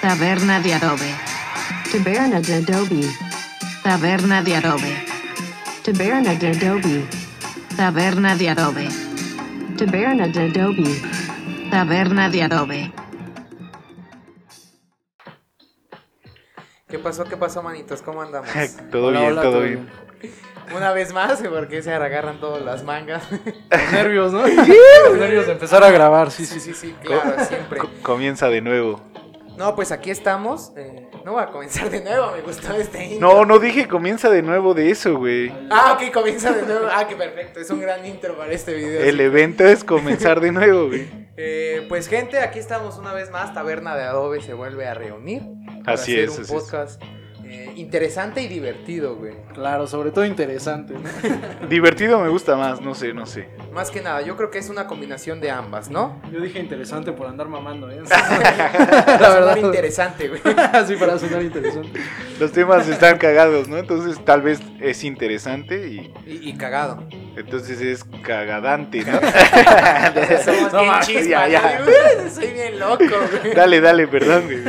Taberna de adobe. Taberna de Adobe. Taberna de adobe. Taberna de Adobe. Taberna de adobe. Taberna de Adobe. Taberna de adobe. ¿Qué pasó? ¿Qué pasó, manitos? ¿Cómo andamos? Todo Hola, bien, hola, todo bien. Una vez más, porque se agarran todas las mangas. Los nervios, ¿no? Los nervios de Empezar a grabar, sí, Sí, sí. sí, sí, claro, siempre. Co- comienza de nuevo. No, pues aquí estamos. eh, no voy a comenzar de nuevo, me gustó este intro. No, no dije comienza de nuevo de eso, güey. Ah, ok, comienza de nuevo. Ah, qué perfecto, es un gran intro para este video. El evento es comenzar de nuevo, güey. Eh, pues gente, aquí estamos una vez más. Taberna de Adobe se vuelve a reunir. para Así hacer es, Un así es. podcast eh, interesante y divertido, güey. Claro, sobre todo interesante. ¿no? Divertido me gusta más, no sé, no sé. Más que nada, yo creo que es una combinación de ambas, ¿no? Yo dije interesante por andar mamando, ¿eh? La verdad. interesante, güey. sí, para sonar interesante. Los temas están cagados, ¿no? Entonces tal vez es interesante y Y, y cagado. entonces es cagadante, ¿no? Somos No bien más, chispas, ya, ya. ¿no? Uy, Soy bien loco, güey. Dale, dale, perdón, güey.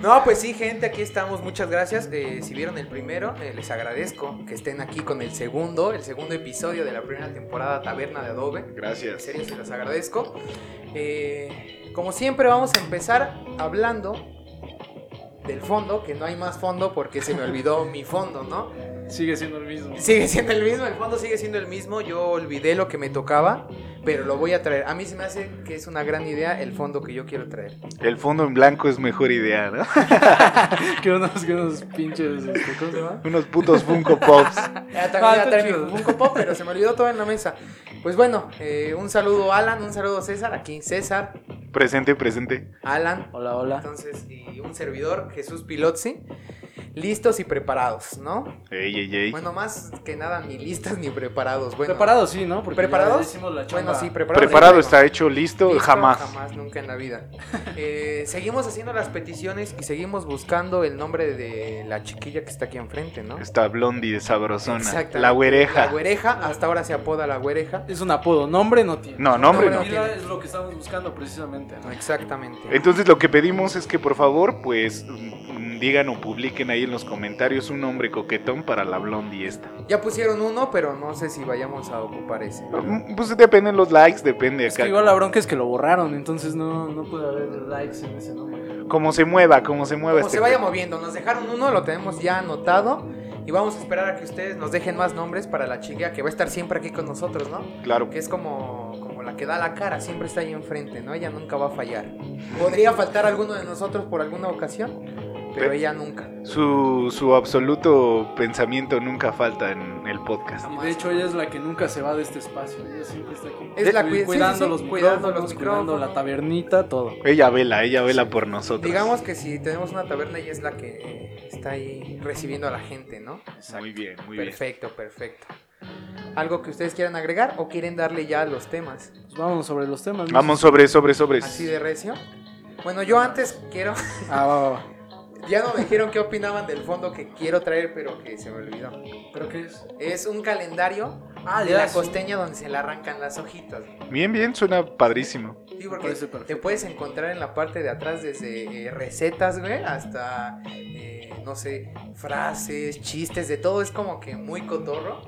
No, pues sí, gente, aquí estamos. Muchas gracias. Eh, si vieron el primero, eh, les agradezco que estén aquí con el segundo, el segundo episodio de la primera temporada Taberna de Adobe. En Gracias. serio, se los agradezco. Eh, como siempre, vamos a empezar hablando del fondo, que no hay más fondo porque se me olvidó mi fondo, ¿no? Sigue siendo el mismo. Sigue siendo el mismo, el fondo sigue siendo el mismo. Yo olvidé lo que me tocaba, pero lo voy a traer. A mí se me hace que es una gran idea el fondo que yo quiero traer. El fondo en blanco es mejor idea, ¿no? Que unos, que unos pinches, este, ¿cómo se llama? Unos putos Funko Pops. Ya también iba a Ah, está traer mi chido. Funko Pop, pero se me olvidó todo en la mesa. Pues bueno, eh, un saludo Alan, un saludo César, aquí César, Presente, presente. Alan, Hola, hola. entonces, y un servidor, Jesús Pilotzi. Listos y preparados, ¿no? Ey, ey, ey. Bueno, más que nada ni listos ni preparados. Bueno, Preparados sí, ¿no? Porque ¿Preparados? ya hicimos la chamba. Bueno, sí, preparados. Preparado Bueno. está hecho, listo, Listo, jamás. Jamás, nunca en la vida. Eh, seguimos haciendo las peticiones y seguimos buscando el nombre de la chiquilla que está aquí enfrente, ¿no? Está blondie de sabrosona. Exactamente. La güereja. La güereja, hasta ahora se apoda la güereja. Es un apodo, nombre no tiene. No, nombre no. Nombre tiene. Es lo que estamos buscando precisamente. ¿no? Exactamente. Entonces lo que pedimos es que por favor, pues mm, digan o publiquen ahí en los comentarios un nombre coquetón para la blondie esta. Ya pusieron uno, pero no sé si vayamos a ocupar ese. Mm, Pues depende los likes, depende Es que acá. igual la bronca es que lo borraron, entonces no, no puede haber likes en ese nombre. Como se mueva, como se mueva Como este se vaya pe- moviendo, nos dejaron uno, lo tenemos ya anotado. Y vamos a esperar a que ustedes nos dejen más nombres para la chiquilla que va a estar siempre aquí con nosotros, ¿no? Claro. que es como, como la que da la cara, siempre está ahí enfrente, ¿no? Ella nunca va a fallar. Podría faltar alguno de nosotros por alguna ocasión, pero Pe- ella nunca. Su, su absoluto pensamiento nunca falta en el podcast. Y de hecho ella es la que nunca se va de este espacio. Ella siempre está aquí. Es la Cu- que- sí, sí, cuidando, sí, los cuidando cuidando los los cuidando micrófonos. la tabernita, todo. Ella vela, ella vela por nosotros. Digamos que si tenemos una taberna, ella es la que eh, está ahí recibiendo a la gente, ¿no? Muy bien, muy bien. Perfecto, perfecto. ¿Algo que ustedes quieran agregar o quieren darle ya los temas? Pues vamos sobre los temas. ¿no? Vamos sobre, sobre, sobre. Así de recio. Bueno, yo antes quiero... Ah, va, va, va. ya no me dijeron qué opinaban del fondo que quiero traer, pero que se me olvidó. ¿Pero qué es? Es un calendario Ah, de ya, la sí. costeña donde se le arrancan las hojitas. Bien, bien, suena padrísimo. Sí, porque Parece te perfecto. puedes encontrar en la parte de atrás desde eh, recetas, güey, hasta, eh, no sé, frases, chistes, de todo. Es como que muy cotorro.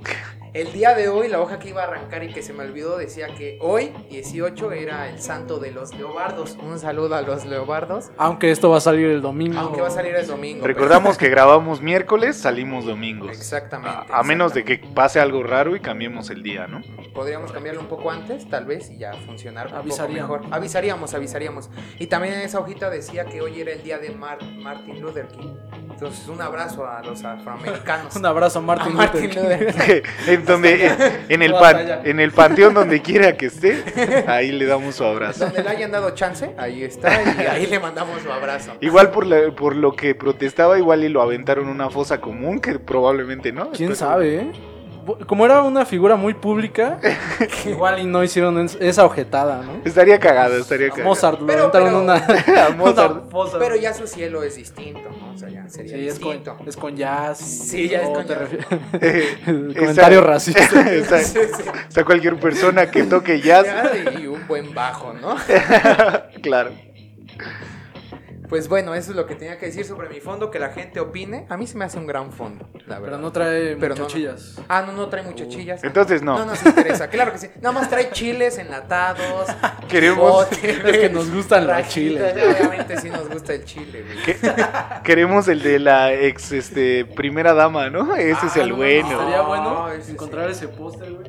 El día de hoy, la hoja que iba a arrancar y que se me olvidó decía que hoy, 18, era el santo de los leobardos. Un saludo a los leobardos, Aunque esto va a salir el domingo. aunque va a salir el domingo. pero- Recordamos que grabamos miércoles, salimos domingos. Exactamente. A, a menos de que pase algo raro y cambiemos el día, ¿no? Podríamos cambiarlo un poco antes, tal vez, y ya funcionar un Avisaríamos. poco mejor. Avisaríamos, avisaríamos. Y también en esa hojita decía que hoy era el día de Mar- Martin Luther King. Entonces, un abrazo a los afroamericanos. Un abrazo a Martin, a Martin Luther King. Luther King. en donde en el Todo pan- hasta allá. en el panteón donde quiera que esté, ahí le damos su abrazo. Donde le hayan dado chance, ahí está, y ahí le mandamos su abrazo. Igual por la- por lo que protestaba, igual y lo aventaron en una fosa común que probablemente no. ¿Quién Entonces, sabe, eh? Bu- Como era una figura muy pública, igual y no hicieron es- esa ojetada, ¿no? Estaría cagado, estaría A cagado. Mozart lo Pero- aventaron pero- una, A Mozart. una fosa. Pero ya su cielo es distinto, ¿no? O sea, ya sería Sí, es con, distinto. es con jazz. Sí, ya es o con te jazz. refie- Eh, Comentario esa- racista. esa- Sí, sí. esa cualquier persona que toque jazz, Y un buen bajo, ¿no? claro. Pues bueno, eso es lo que tenía que decir sobre mi fondo, que la gente opine. A mí se me hace un gran fondo, la verdad. Pero no trae Pero no, muchachillas. Ah, no, no trae muchachillas. Entonces no. No nos interesa, claro que sí. Nada más trae chiles enlatados. Queremos- bigotes, Es que nos gustan los rajitas. chiles. Obviamente sí nos gusta el chile, güey. Que- queremos el de la ex este, primera dama, ¿no? Ese es Ah, el no, bueno. Estaría bueno No, ese encontrar ese póster, güey.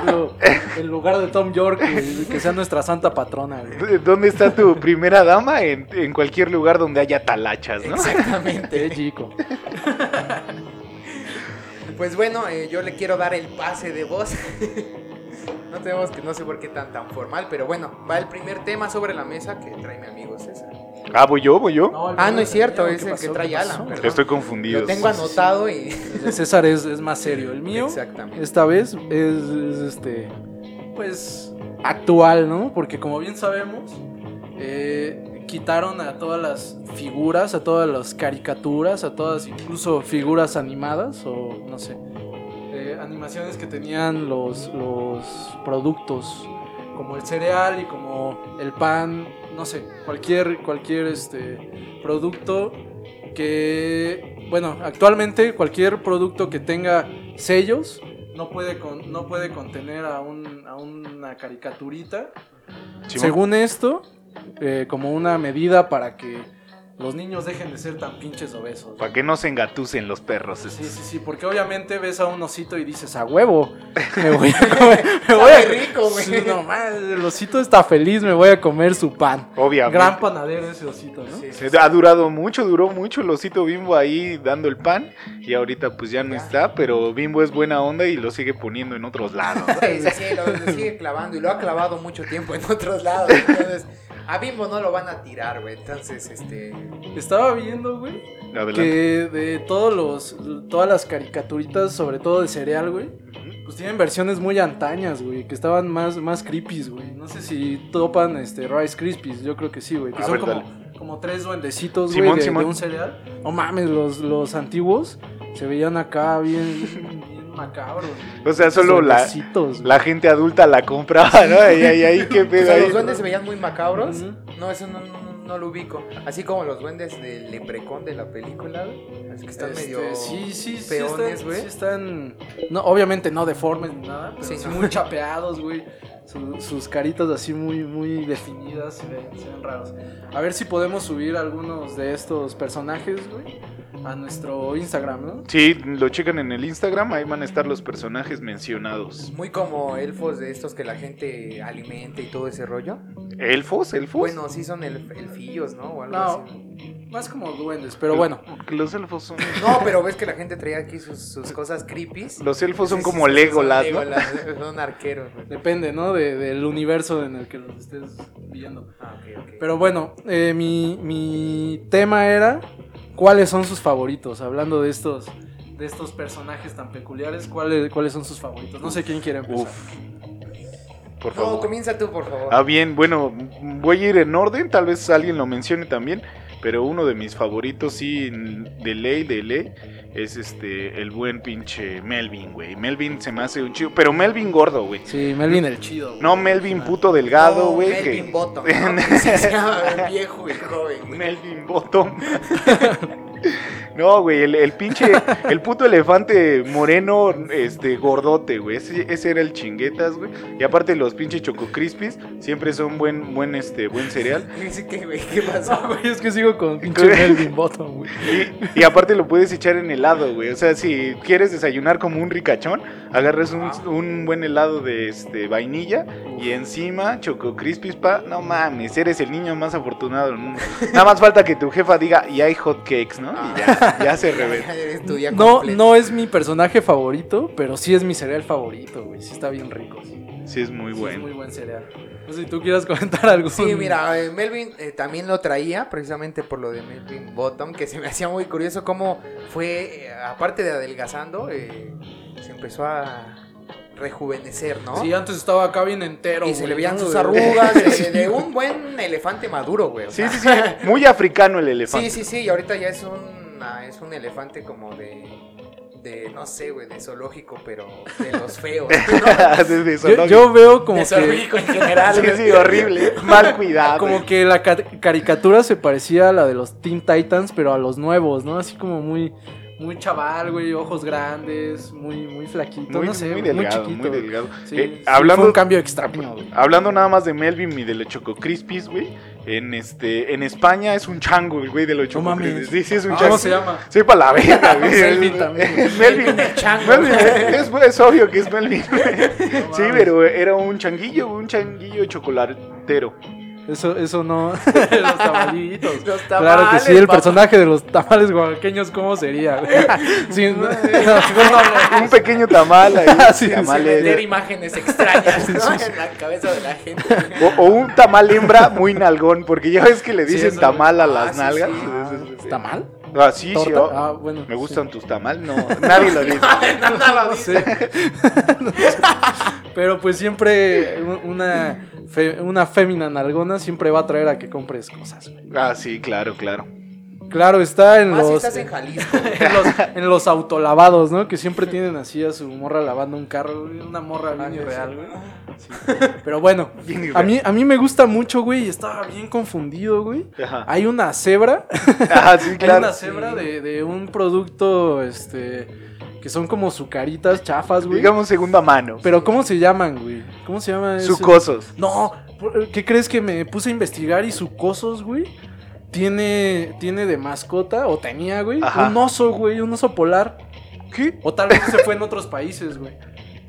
ponerlo En lugar de Tom York, güey, que sea nuestra santa patrona, güey. ¿Dónde está tu primera dama? En, en cualquier lugar donde haya Pues talachas, ¿no? Qué Exactamente. chico. Pues bueno, eh, yo le quiero dar el pase de voz. No tenemos que, no sé por qué tan tan formal, pero bueno, va el primer tema sobre la mesa que trae mi amigo César. Ah, voy yo, voy yo. el Ah, no primero es cierto, ¿qué es el que pasó? trae ¿Qué Alan, pasó? perdón. Estoy confundido. Lo tengo anotado y El de César es, es más serio. El mío, Exactamente. esta vez, es, es, este. Pues. actual, ¿no? Porque como bien sabemos. eh, quitaron a todas las figuras, a todas las caricaturas, a todas incluso figuras animadas o no sé. eh, animaciones que tenían los, los productos como el cereal y como el pan, no sé, cualquier, cualquier este, producto que, bueno, actualmente cualquier producto que tenga sellos no puede, con- no puede contener a, un- a una caricaturita. Simón. Según esto, eh, como una medida para que los niños dejen de ser tan pinches obesos. Para que no se engatusen los perros. Sí, sí, sí, porque obviamente ves a un osito y dices, a huevo, me voy a comer. Me voy a... Sabe rico, güey. Sí, no, man, el osito está feliz, me voy a comer su pan. Obviamente. Gran panadero ese osito, ¿no? Sí, sí, sí. Ha durado mucho, duró mucho el osito Bimbo ahí dando el pan y ahorita pues ya no Ya. está, pero Bimbo es buena onda y lo sigue poniendo en otros lados. Sí, sí, sí, lo, lo sigue clavando y lo ha clavado mucho tiempo en otros lados. Entonces, a Bimbo no lo van a tirar, güey. Entonces, este. Estaba viendo, güey, Adelante. que de todos los, todas las caricaturitas, sobre todo de cereal, güey, pues tienen versiones muy antañas, güey, que estaban más, más creepies, güey. No sé si topan este Rice Krispies, yo creo que sí, güey. Que A son ver, como, como tres duendecitos, güey, Simón, de, Simón. de un cereal. No mames, los, los antiguos se veían acá bien, bien macabros. güey. O sea, solo Los la, duendecitos, güey. la gente adulta la compraba, ¿no? Ay, ay, ay, qué O pedo sea, ahí. los duendes se veían muy macabros. Ujú. No, eso no, no, no- no lo ubico. Así como los duendes del leprecón de la película, güey. Así que están Este, medio. sí, sí, sí peones, están- güey. sí están, no, obviamente no deformes ni nada, pero Sí, sí, no. muy chapeados, güey. Su- sus caritas así muy, muy definidas, se ven, se ven raros. A ver si podemos subir algunos de estos personajes, güey, a nuestro Instagram, ¿no? Sí, lo checan en el Instagram, ahí van a estar los personajes mencionados. Muy como elfos de estos que la gente alimenta y todo ese rollo. ¿Elfos? ¿Elfos? Bueno, sí son elf- elfillos, ¿no? O algo No. así. Más como duendes, pero bueno. Los elfos son... No, pero ves que la gente traía aquí sus, sus cosas creepy. Los elfos son Sí, como sí, sí, Legolas, son ¿no? Legolas, eh, Son arqueros, güey. Depende, ¿no? De- del universo en el que los estés viendo. Ah, ok, ok. Pero bueno, eh, mi, mi tema era cuáles son sus favoritos. Hablando de estos, de estos personajes tan peculiares, ¿cuáles, cuáles son sus favoritos. No sé quién quiere empezar. Uf. Por No, favor. comienza tú, por favor. Ah, bien, bueno, m- voy a ir en orden, tal vez alguien lo mencione también, pero uno de mis favoritos, sí, n- de ley, de ley, es este, el buen pinche Melvin, güey. Melvin se me hace un chido, pero Melvin gordo, güey. Sí, Melvin el chido. No Melvin puto. puto delgado, No, güey. Melvin que- Bottom, ¿no? Que se llama viejo y joven. güey. Melvin Bottom. No, güey, el, el pinche, el puto elefante moreno, este, gordote, güey. Ese, ese era el chinguetas, güey. Y aparte los pinches Choco Crispies siempre son buen, buen, este, buen cereal. Dice que, güey, ¿qué pasó? güey, es que sigo con pinche Melvin Bottom, güey. Y, y aparte lo puedes echar en helado, güey. O sea, si quieres desayunar como un ricachón, agarras un, Ah. un buen helado de este, vainilla y encima Choco Crispis, pa. No mames, eres el niño más afortunado del mundo. Nada más falta que tu jefa diga, y hay hot cakes, ¿no? Y Ah. ya, ya se revela. Eres tu día No, completo. no es mi personaje favorito, pero sí es mi cereal favorito, güey. Sí está bien rico. sí. Sí, es muy Sí, es muy bueno. buen cereal. No sé si tú quieras comentar algo. Sí, mira, eh, Melvin eh, también lo traía precisamente por lo de Melvin Bottom, que se me hacía muy curioso cómo fue, eh, aparte de adelgazando, eh, se empezó a rejuvenecer, ¿no? Sí, antes estaba acá bien entero, y se güey, le veían ¿no? sus De- arrugas de, de un buen elefante maduro, güey. o Sí, sea. sí, sí. Muy africano el Sí, elefante. ah, sí, sí, y ahorita ya es un, es un elefante como de de, no sé, güey, de zoológico, pero de los feos. Ah, Desde Yo, zoológico. yo veo como de que, zoológico en general. Sí, güey. sí, horrible. Mal cuidado. como que la ca- caricatura se parecía a la de los Teen Titans, pero a los nuevos, ¿no? Así como muy, muy chaval, güey, ojos grandes, muy, muy flaquito, muy, no sé, muy delgado, muy muy, chiquito. delgado. Sí, Eh, sí, hablando, fue un cambio extraño, güey. hablando nada más de Melvin y de los Choco Crispies, güey. En, este, en España es un chango el güey de los Choco mames. Ah, Crispies. Sí, sí, es un ¿Cómo chango. se llama? Pues Sí, para la verga, güey. Melvin también. Melvin. Chango. Melvin, eh, es, es obvio que es Melvin. sí, mames. pero era un changuillo, un changuillo chocolatero. Eso, eso no. los tamalitos. Los claro que tamales, sí, el papá. personaje de los tamales oaxaqueños, ¿cómo sería? güey? Sin- no, Ah, Un pequeño tamal ahí. Sí, sí, tamales. Tener imágenes extrañas ¿no? en la cabeza de la gente. O, o un tamal hembra muy nalgón, porque ya ves que le Sí, dicen eso- tamal a ah, las sí, nalgas. sí. ¿Está mal? Ah, sí, sí. ¿Torta? oh, Ah, bueno. Me sí. gustan tus tamales. No, nadie lo dice. Nada, No güey. sé. No sé. Pero pues siempre u- una, fe- una fémina nalgona siempre va a traer a que compres cosas. güey. Ah, sí, claro, claro. Claro, está en Más si los, Ah, estás en Jalisco. güey. en los en los autolavados, ¿no? Que siempre tienen así a su morra lavando un carro, güey, una morra Ah, bien irreal, güey. Pero bueno, Bien irreal. a mí, a mí me gusta mucho, güey, y estaba bien confundido, güey. Ajá. Hay una cebra, Ah, sí, hay claro. una cebra de, de un producto, este, que son como sucaritas chafas, güey. Digamos segunda mano. Pero ¿cómo se llaman, güey? ¿Cómo se llama eso? Sucosos. No, por- ¿qué crees que me puse a investigar y sucosos, güey? Tiene, tiene de mascota, o tenía, güey, Ajá. un oso, güey, un oso polar. ¿Qué? O tal vez se fue en otros países, güey.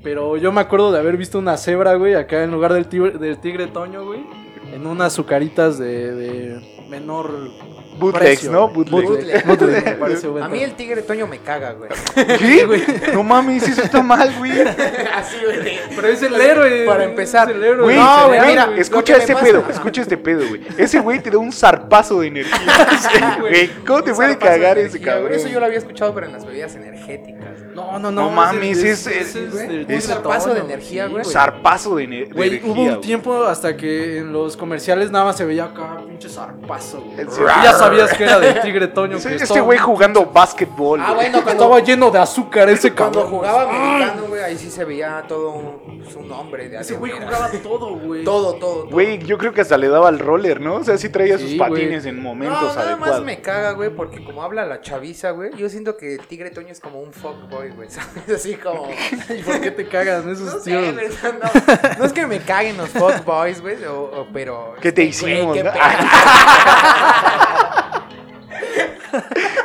Pero yo me acuerdo de haber visto una cebra, güey, acá en lugar del tigre, del tigre toño, güey. En unas azucaritas de, de menor Bootlegs, precio, ¿no? güey. Bootlegs. Bootleg, bootleg, me parece, güey. A mí el tigre Toño me caga, güey. ¿Qué? No mames, eso está mal, güey. Así, güey. Pero es el héroe. Para es empezar. el héroe. Güey, No, güey, mira, mira, escucha lo que este me pasa- pedo, escucha este pedo, güey. Ese güey te da un zarpazo de energía. güey, ¿cómo te Un zarpazo puede de cagar ese energía, güey. cabrón? Eso yo lo había escuchado, pero en las bebidas energéticas. güey. No, no, no. No es mames, el- es- es- el güey, del es Tigre el Toño, paso de güey, energía, sí, güey. Zarpazo de, ener- de Güey, energía. hubo güey. un tiempo hasta que en los comerciales nada más se veía acá pinche zarpazo, güey. Es Y cierto. ya sabías que era del tigre toño. Sí, que Este estaba- güey jugando básquetbol. Ah, güey. bueno, Estaba cuando, lleno de azúcar ese cuando cabrón. jugaba americano, güey, ahí sí se veía todo un, pues, un hombre de Ese güey veras. jugaba todo, güey. Todo, todo. todo. Güey, yo creo que hasta le daba al roller, ¿no? O sea, sí traía Sí, sus patines güey. en No, momentos nada más adecuados. me caga, güey, porque como habla la chaviza, güey, yo siento que el tigre Toño es como un fuckboy, güey, ¿sabes? Así como... ¿Y por qué te cagan esos No sé, tíos? güey, no, no. No es que me caguen los fuckboys, güey, o, o- pero... este, ¿Qué te Güey, hicimos? qué no? pena.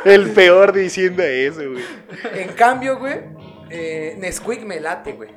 El peor diciendo eso, güey. En cambio, güey, eh, Nesquik me late, güey.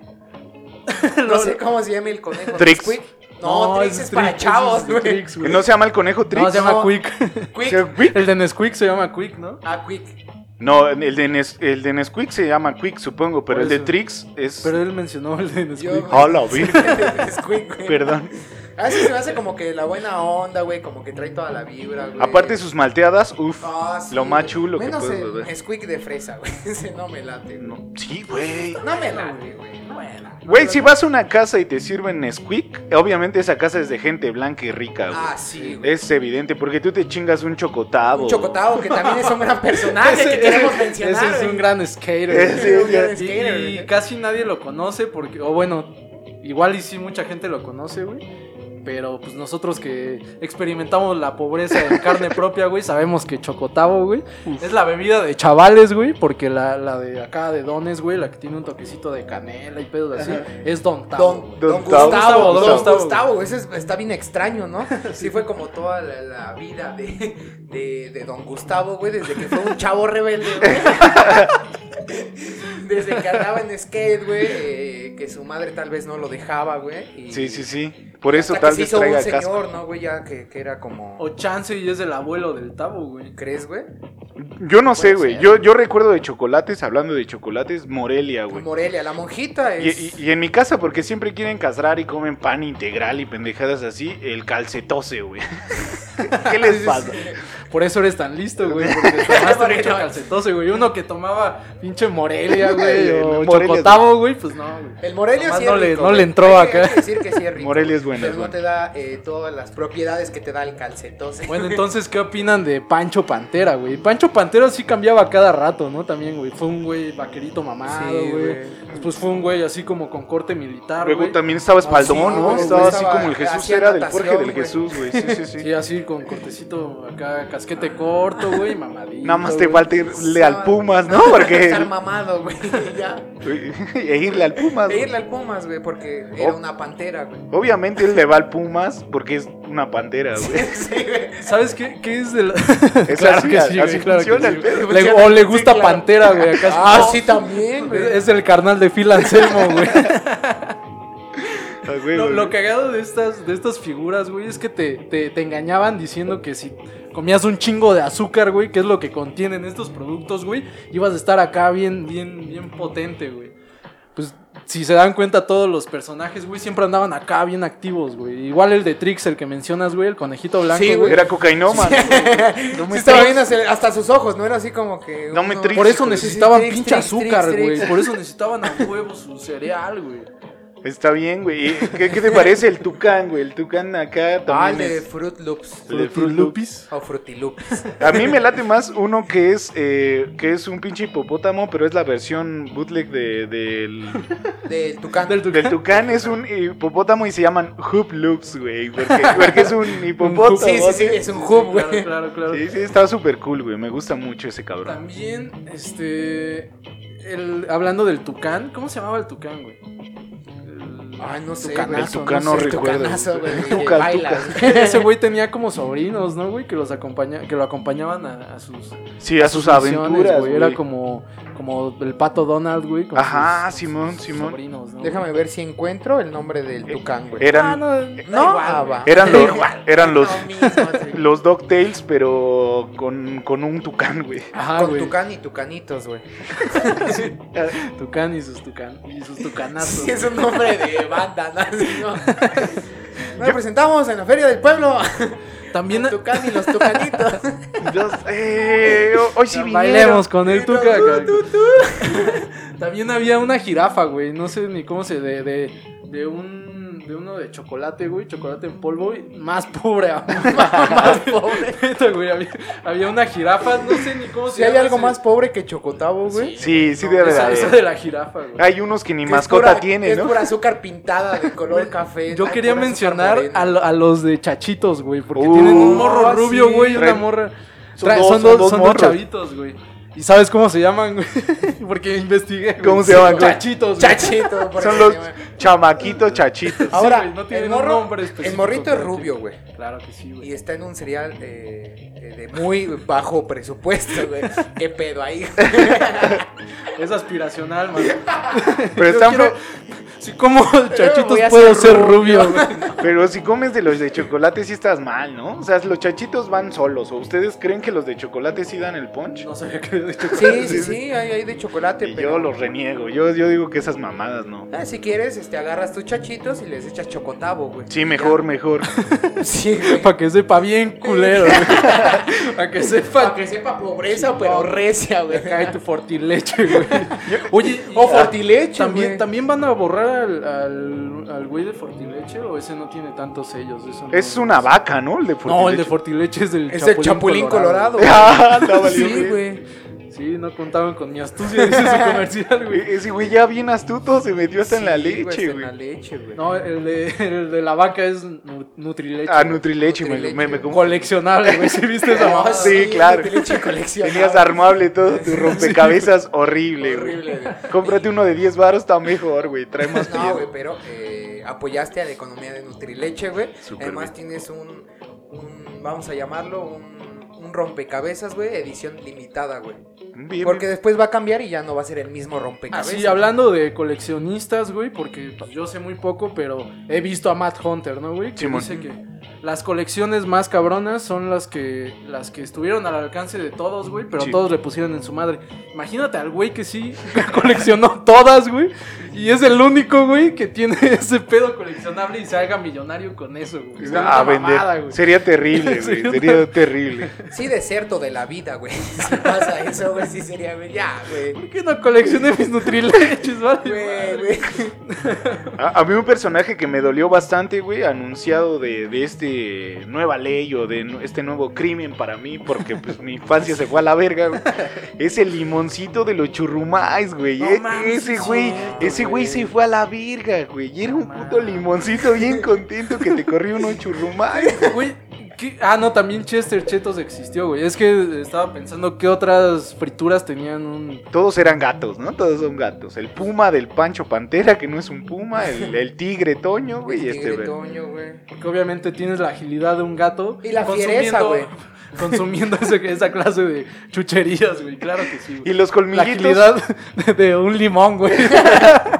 No sé cómo se llama el conejo. Trix. Nesquik. No, Trix ese es para Trix, chavos, ese es güey. Trix, ¿No se llama el conejo Trix? No, se llama No. Quick. Quick. Quick? El de Nesquik se llama Quick, ¿no? Ah, Quick. No, el de, Nes- el de Nesquik se llama Quick, supongo, pero Por el de eso. Trix es... Pero él mencionó el de Nesquik. Yo- Hola, güey. Nesquik, güey. Perdón. A veces se me hace como que la buena onda, güey, como que trae toda la vibra, güey. Aparte sus malteadas, uff, Ah, sí, lo más güey. chulo que Menos puedes el beber. Nesquik de fresa, güey. Ese no me late, güey. No, sí, güey. No me late, güey. No me late. Güey, si vas a una casa y te sirven Nesquik, obviamente esa casa es de gente blanca y rica, güey. Ah, sí, güey. Es evidente, porque tú te chingas un chocotado. Un chocotado que también es un gran personaje Ah, que queremos mencionar. ese es güey. un gran skater. Ese güey. es un gran Y- skater, Y, güey. casi nadie lo conoce porque, o bueno, igual y sí mucha gente lo conoce, güey. Pero pues nosotros que experimentamos la pobreza en carne propia, güey, sabemos que Chocotavo, güey, es la bebida de chavales, güey, porque la, la de acá de Dones, güey, la que tiene un toquecito de canela y pedos así, es Don Tavo. Don, güey. Don don, Gustavo, Gustavo, Gustavo, Don Don Gustavo, Gustavo, ese es- está bien extraño, ¿no? Sí fue como toda la, la vida de, de, de Don Gustavo, güey, desde que fue un chavo rebelde, güey. Desde que andaba en skate, güey, eh, que su madre tal vez no lo dejaba, güey. y Sí, sí, sí. Por eso hasta tal que se vez hizo un traiga señor, casco. ¿no, güey? Ya que, que era como... O Chance y es el abuelo del Tavo, güey. ¿Crees, güey? Yo no Puede sé, güey. ser. Yo, yo recuerdo de chocolates, hablando de chocolates, Morelia, Ah, güey. Morelia, la monjita Y, es... y- y en mi casa, porque siempre quieren casar y comen pan integral y pendejadas así, el calcetose, güey. ¿Qué les pasa? Por eso eres tan listo, güey. Porque tomaste Porque mucho no. calcetose, güey. Uno que tomaba pinche Morelia, güey. o El Morelia, Chocotavo, güey. Pues no, güey. El Morelia Nomás sí no es le- rico, no güey. le entró Hay que- acá. hay que decir que sí es rico. Morelia es buena, Pero es no buena. te da eh, todas las propiedades que te da el calcetose. Bueno, entonces, ¿qué opinan de Pancho Pantera, güey? Pancho Pantera sí cambiaba cada rato, ¿no? También, güey. Fue un güey vaquerito mamado, Sí, güey. güey. Después fue un güey así como con corte militar, Luego güey. también estaba espaldón, Ah, sí, ¿no? güey, Estaba güey, así estaba- como el Jesús hacía era del natación, Jorge del güey. Jesús, güey. Sí, sí, Sí, sí. así con cortecito acá, casquete corto, güey, mamadito. Nada más te güey. falta irle al Pumas, ¿no? Porque. Estar mamado, güey. ya. e irle al Ah, Pumas. E güey. irle al Pumas, güey, porque era Oh. una pantera, güey. Obviamente él le va al Pumas porque es una pantera, güey. Sí, güey. ¿Sabes qué, qué es de la.? Es así, así funciona el pedo. güey. Le- o le Sí, gusta claro. Pantera, güey. Acá Ah, sí, también, güey. Es el carnal de Phil Anselmo, güey. Ah, güey, Lo, güey. lo cagado de estas, de estas figuras, güey, es que te, te- te engañaban diciendo que si comías un chingo de azúcar, güey, que es lo que contienen estos productos, güey, ibas a estar acá bien, bien, bien potente, güey. Pues si se dan cuenta todos los personajes, güey, siempre andaban acá bien activos, güey. Igual el de Trix, el que mencionas, güey, el conejito blanco, Sí, güey. Era cocainómano. No Sí me estaba traes. bien hacia- hasta sus ojos, ¿no? Era así como que... No me uno- triste. Por eso Sí, necesitaban sí, Trix, pinche Trix, Trix, azúcar, Trix. güey. Por eso necesitaban a huevo su cereal, güey. Está bien, güey. ¿Qué, qué te parece el Tucán, güey? El Tucán acá Ah, el también. de es- Fruit Loops. el de Fruit Loops. O Frutiloops. A mí me late más uno que es eh, que es un pinche hipopótamo, pero es la versión bootleg de, del, De Tucán. Del Tucán. del Tucán. Es un hipopótamo y se llaman Hoop Loops, güey. Porque, porque es un hipopótamo. Sí, sí, sí, es un hub, güey. Claro, claro, claro. Sí, sí, está súper cool, güey. Me gusta mucho ese cabrón. También, este. El, hablando del Tucán, ¿cómo se llamaba el Tucán, güey? El- Ay, no sé. Tucán. El Tucán no sé, recuerdo. Tucanazo, güey. El que Tucán, baila, Tucán. güey. Ese güey tenía como sobrinos, ¿no, güey? Que, los acompaña, que lo acompañaban a, a sus, Sí, a sus misiones, aventuras, güey. Era como, como el pato Donald, güey. con Ajá, sus- Simón, sus Simón. sobrinos, ¿no? Déjame ver si encuentro el nombre del Tucán, güey. Eran, Ah, no, da No, igual, ah, güey. va. eran los, Igual. eran los, No, mismo, sí. los DuckTales, pero con, con un tucán, güey. Ajá, Con Ah, güey. Tucán y Tucanitos, güey. Tucán y sus, tucán, y sus tucanazos. Sí, güey. es un nombre de banda, ¿no? Así, ¿no? Nos presentamos en la Feria del Pueblo. También El Tucán y los Tucanitos. Yo- eh, hoy sí vinieron. Bailemos con el Sí, tuca. tú, cabrón. También había una jirafa, güey. No sé ni cómo se. De, de, de un. De uno de chocolate, güey. Chocolate en polvo, güey. Más pobre aún. más pobre. Neta, güey, había, había una jirafa. No sé ni cómo se Si hay llama algo ese- más pobre que Chocotavo, güey. Sí, sí, no, de esa, verdad. esa de la jirafa, güey. Hay unos que ni Que es mascota pura- tiene, Es ¿no? pura azúcar pintada de color café. Eh, Yo ¿no? quería Pura azúcar mencionar morena. a, lo- a los de chachitos, güey. Porque Uh, tienen un morro ah, rubio, sí. güey. y Una Traen- morra. son Traen- dos- son son dos, dos son dos morros. chavitos, güey. ¿Y sabes cómo se llaman, güey? Porque investigué. güey. ¿Cómo se llaman, güey? Chachitos, güey. Chachito. por Son eso los se llama. chamaquitos chachitos. Ahora, güey, no tienen el, un morro- nombre específico, el morrito es pero rubio, sí. güey. Claro que sí, güey. Y está en un cereal eh, eh, de muy bajo presupuesto, güey. ¿Qué pedo ahí? Es aspiracional, man. Pero, están quiero- fe- Si como el chachitos voy a puedo ser ser rubio, güey. pero si comes de los de chocolate sí estás mal, ¿no? O sea, los chachitos van solos. ¿O ustedes creen que los de chocolate sí dan el punch? No este, sabía que había dicho Sí, sí, sí, hay, hay de chocolate, Y pero... yo los reniego. Yo, yo digo que esas mamadas no. Ah, si quieres, este, agarras tus chachitos y les echas chocotavo, güey. Sí, mejor, mejor. Ya. Sí, güey. Para que sepa bien culero, güey. Para que Para sepa que sepa pobreza, pero recia, güey. que cae tu fortileche, güey. Oye, y- ah, O fortileche, ¿también, güey. ¿también van a borrar al, al, al güey de fortileche o ese no tiene tantos sellos? Eso no- Es una vaca, ¿no? El de No, el de Fortileche. fortileche es del Es el Chapulín Colorado. Ah, no, güey. valió Sí, bien. güey. güey. Sí, no contaban con mi astucia, dice su comercial, güey. Ese güey ya bien astuto se metió hasta en la Sí, güey, está leche, en güey. la leche, güey. No, el de, el de la vaca es nu- Nutrileche. Ah, Nutrileche, me, Nutrileche. me, me como- Coleccionable, güey. Si viste esa Ah, mamá. sí, claro. Leche coleccionable. Tenías armable todo tu rompecabezas horrible, güey. Horrible, güey. Cómprate uno de 10 baros, está mejor, güey. Trae más Pues No, piedra. güey, pero eh, apoyaste a la economía de Nutrileche, güey. Súper Además tienes un, un, vamos a llamarlo, un, un rompecabezas, güey, edición limitada, güey. Bien, Porque bien. después va a cambiar y ya no va a ser el mismo rompecabezas. Así, hablando de coleccionistas, güey, porque pues, yo sé muy poco, pero he visto a Matt Hunter, ¿no, güey? Que Simón. dice que las colecciones más cabronas son las que las que estuvieron al alcance de todos, güey, pero Sí. todos le pusieron en su madre. Imagínate al güey que sí coleccionó todas, güey, Y es el único, güey, que tiene ese pedo coleccionable y se haga millonario con eso, güey. Es una A Ah, vender. mamada, güey. Sería terrible, güey. Sería Sería una- terrible. Sí, deserto de la vida, güey. Si pasa eso, güey, sí sería, güey. Ya, güey. ¿Por qué no coleccioné mis nutrileches, vale? Güey, madre? güey. A, a mí un personaje que me dolió bastante, güey, anunciado de, de este nueva ley o de nu- este nuevo crimen para mí, porque pues mi infancia se fue a la verga, güey. Es el limoncito de los churrumais, güey. No E- mames, ese es güey, cierto, ese güey güey. se fue a la verga, güey. Y era un No puto mames. limoncito bien contento que te corrió unos churrumais. Güey, ¿qué? Ah, no, también Chester Chetos existió, güey. Es que estaba pensando qué otras frituras tenían un... Todos eran gatos, ¿no? Todos son gatos. El puma del Pancho Pantera, que no es un puma, el, el tigre Toño, güey, y este, Tigre güey. Toño, güey. Porque obviamente tienes la agilidad de un gato. Y la consumiendo- fiereza, güey. Consumiendo ese- esa clase de chucherías, güey. Claro que sí, güey. Y los La colmillitos. agilidad de, de un limón, güey. Pues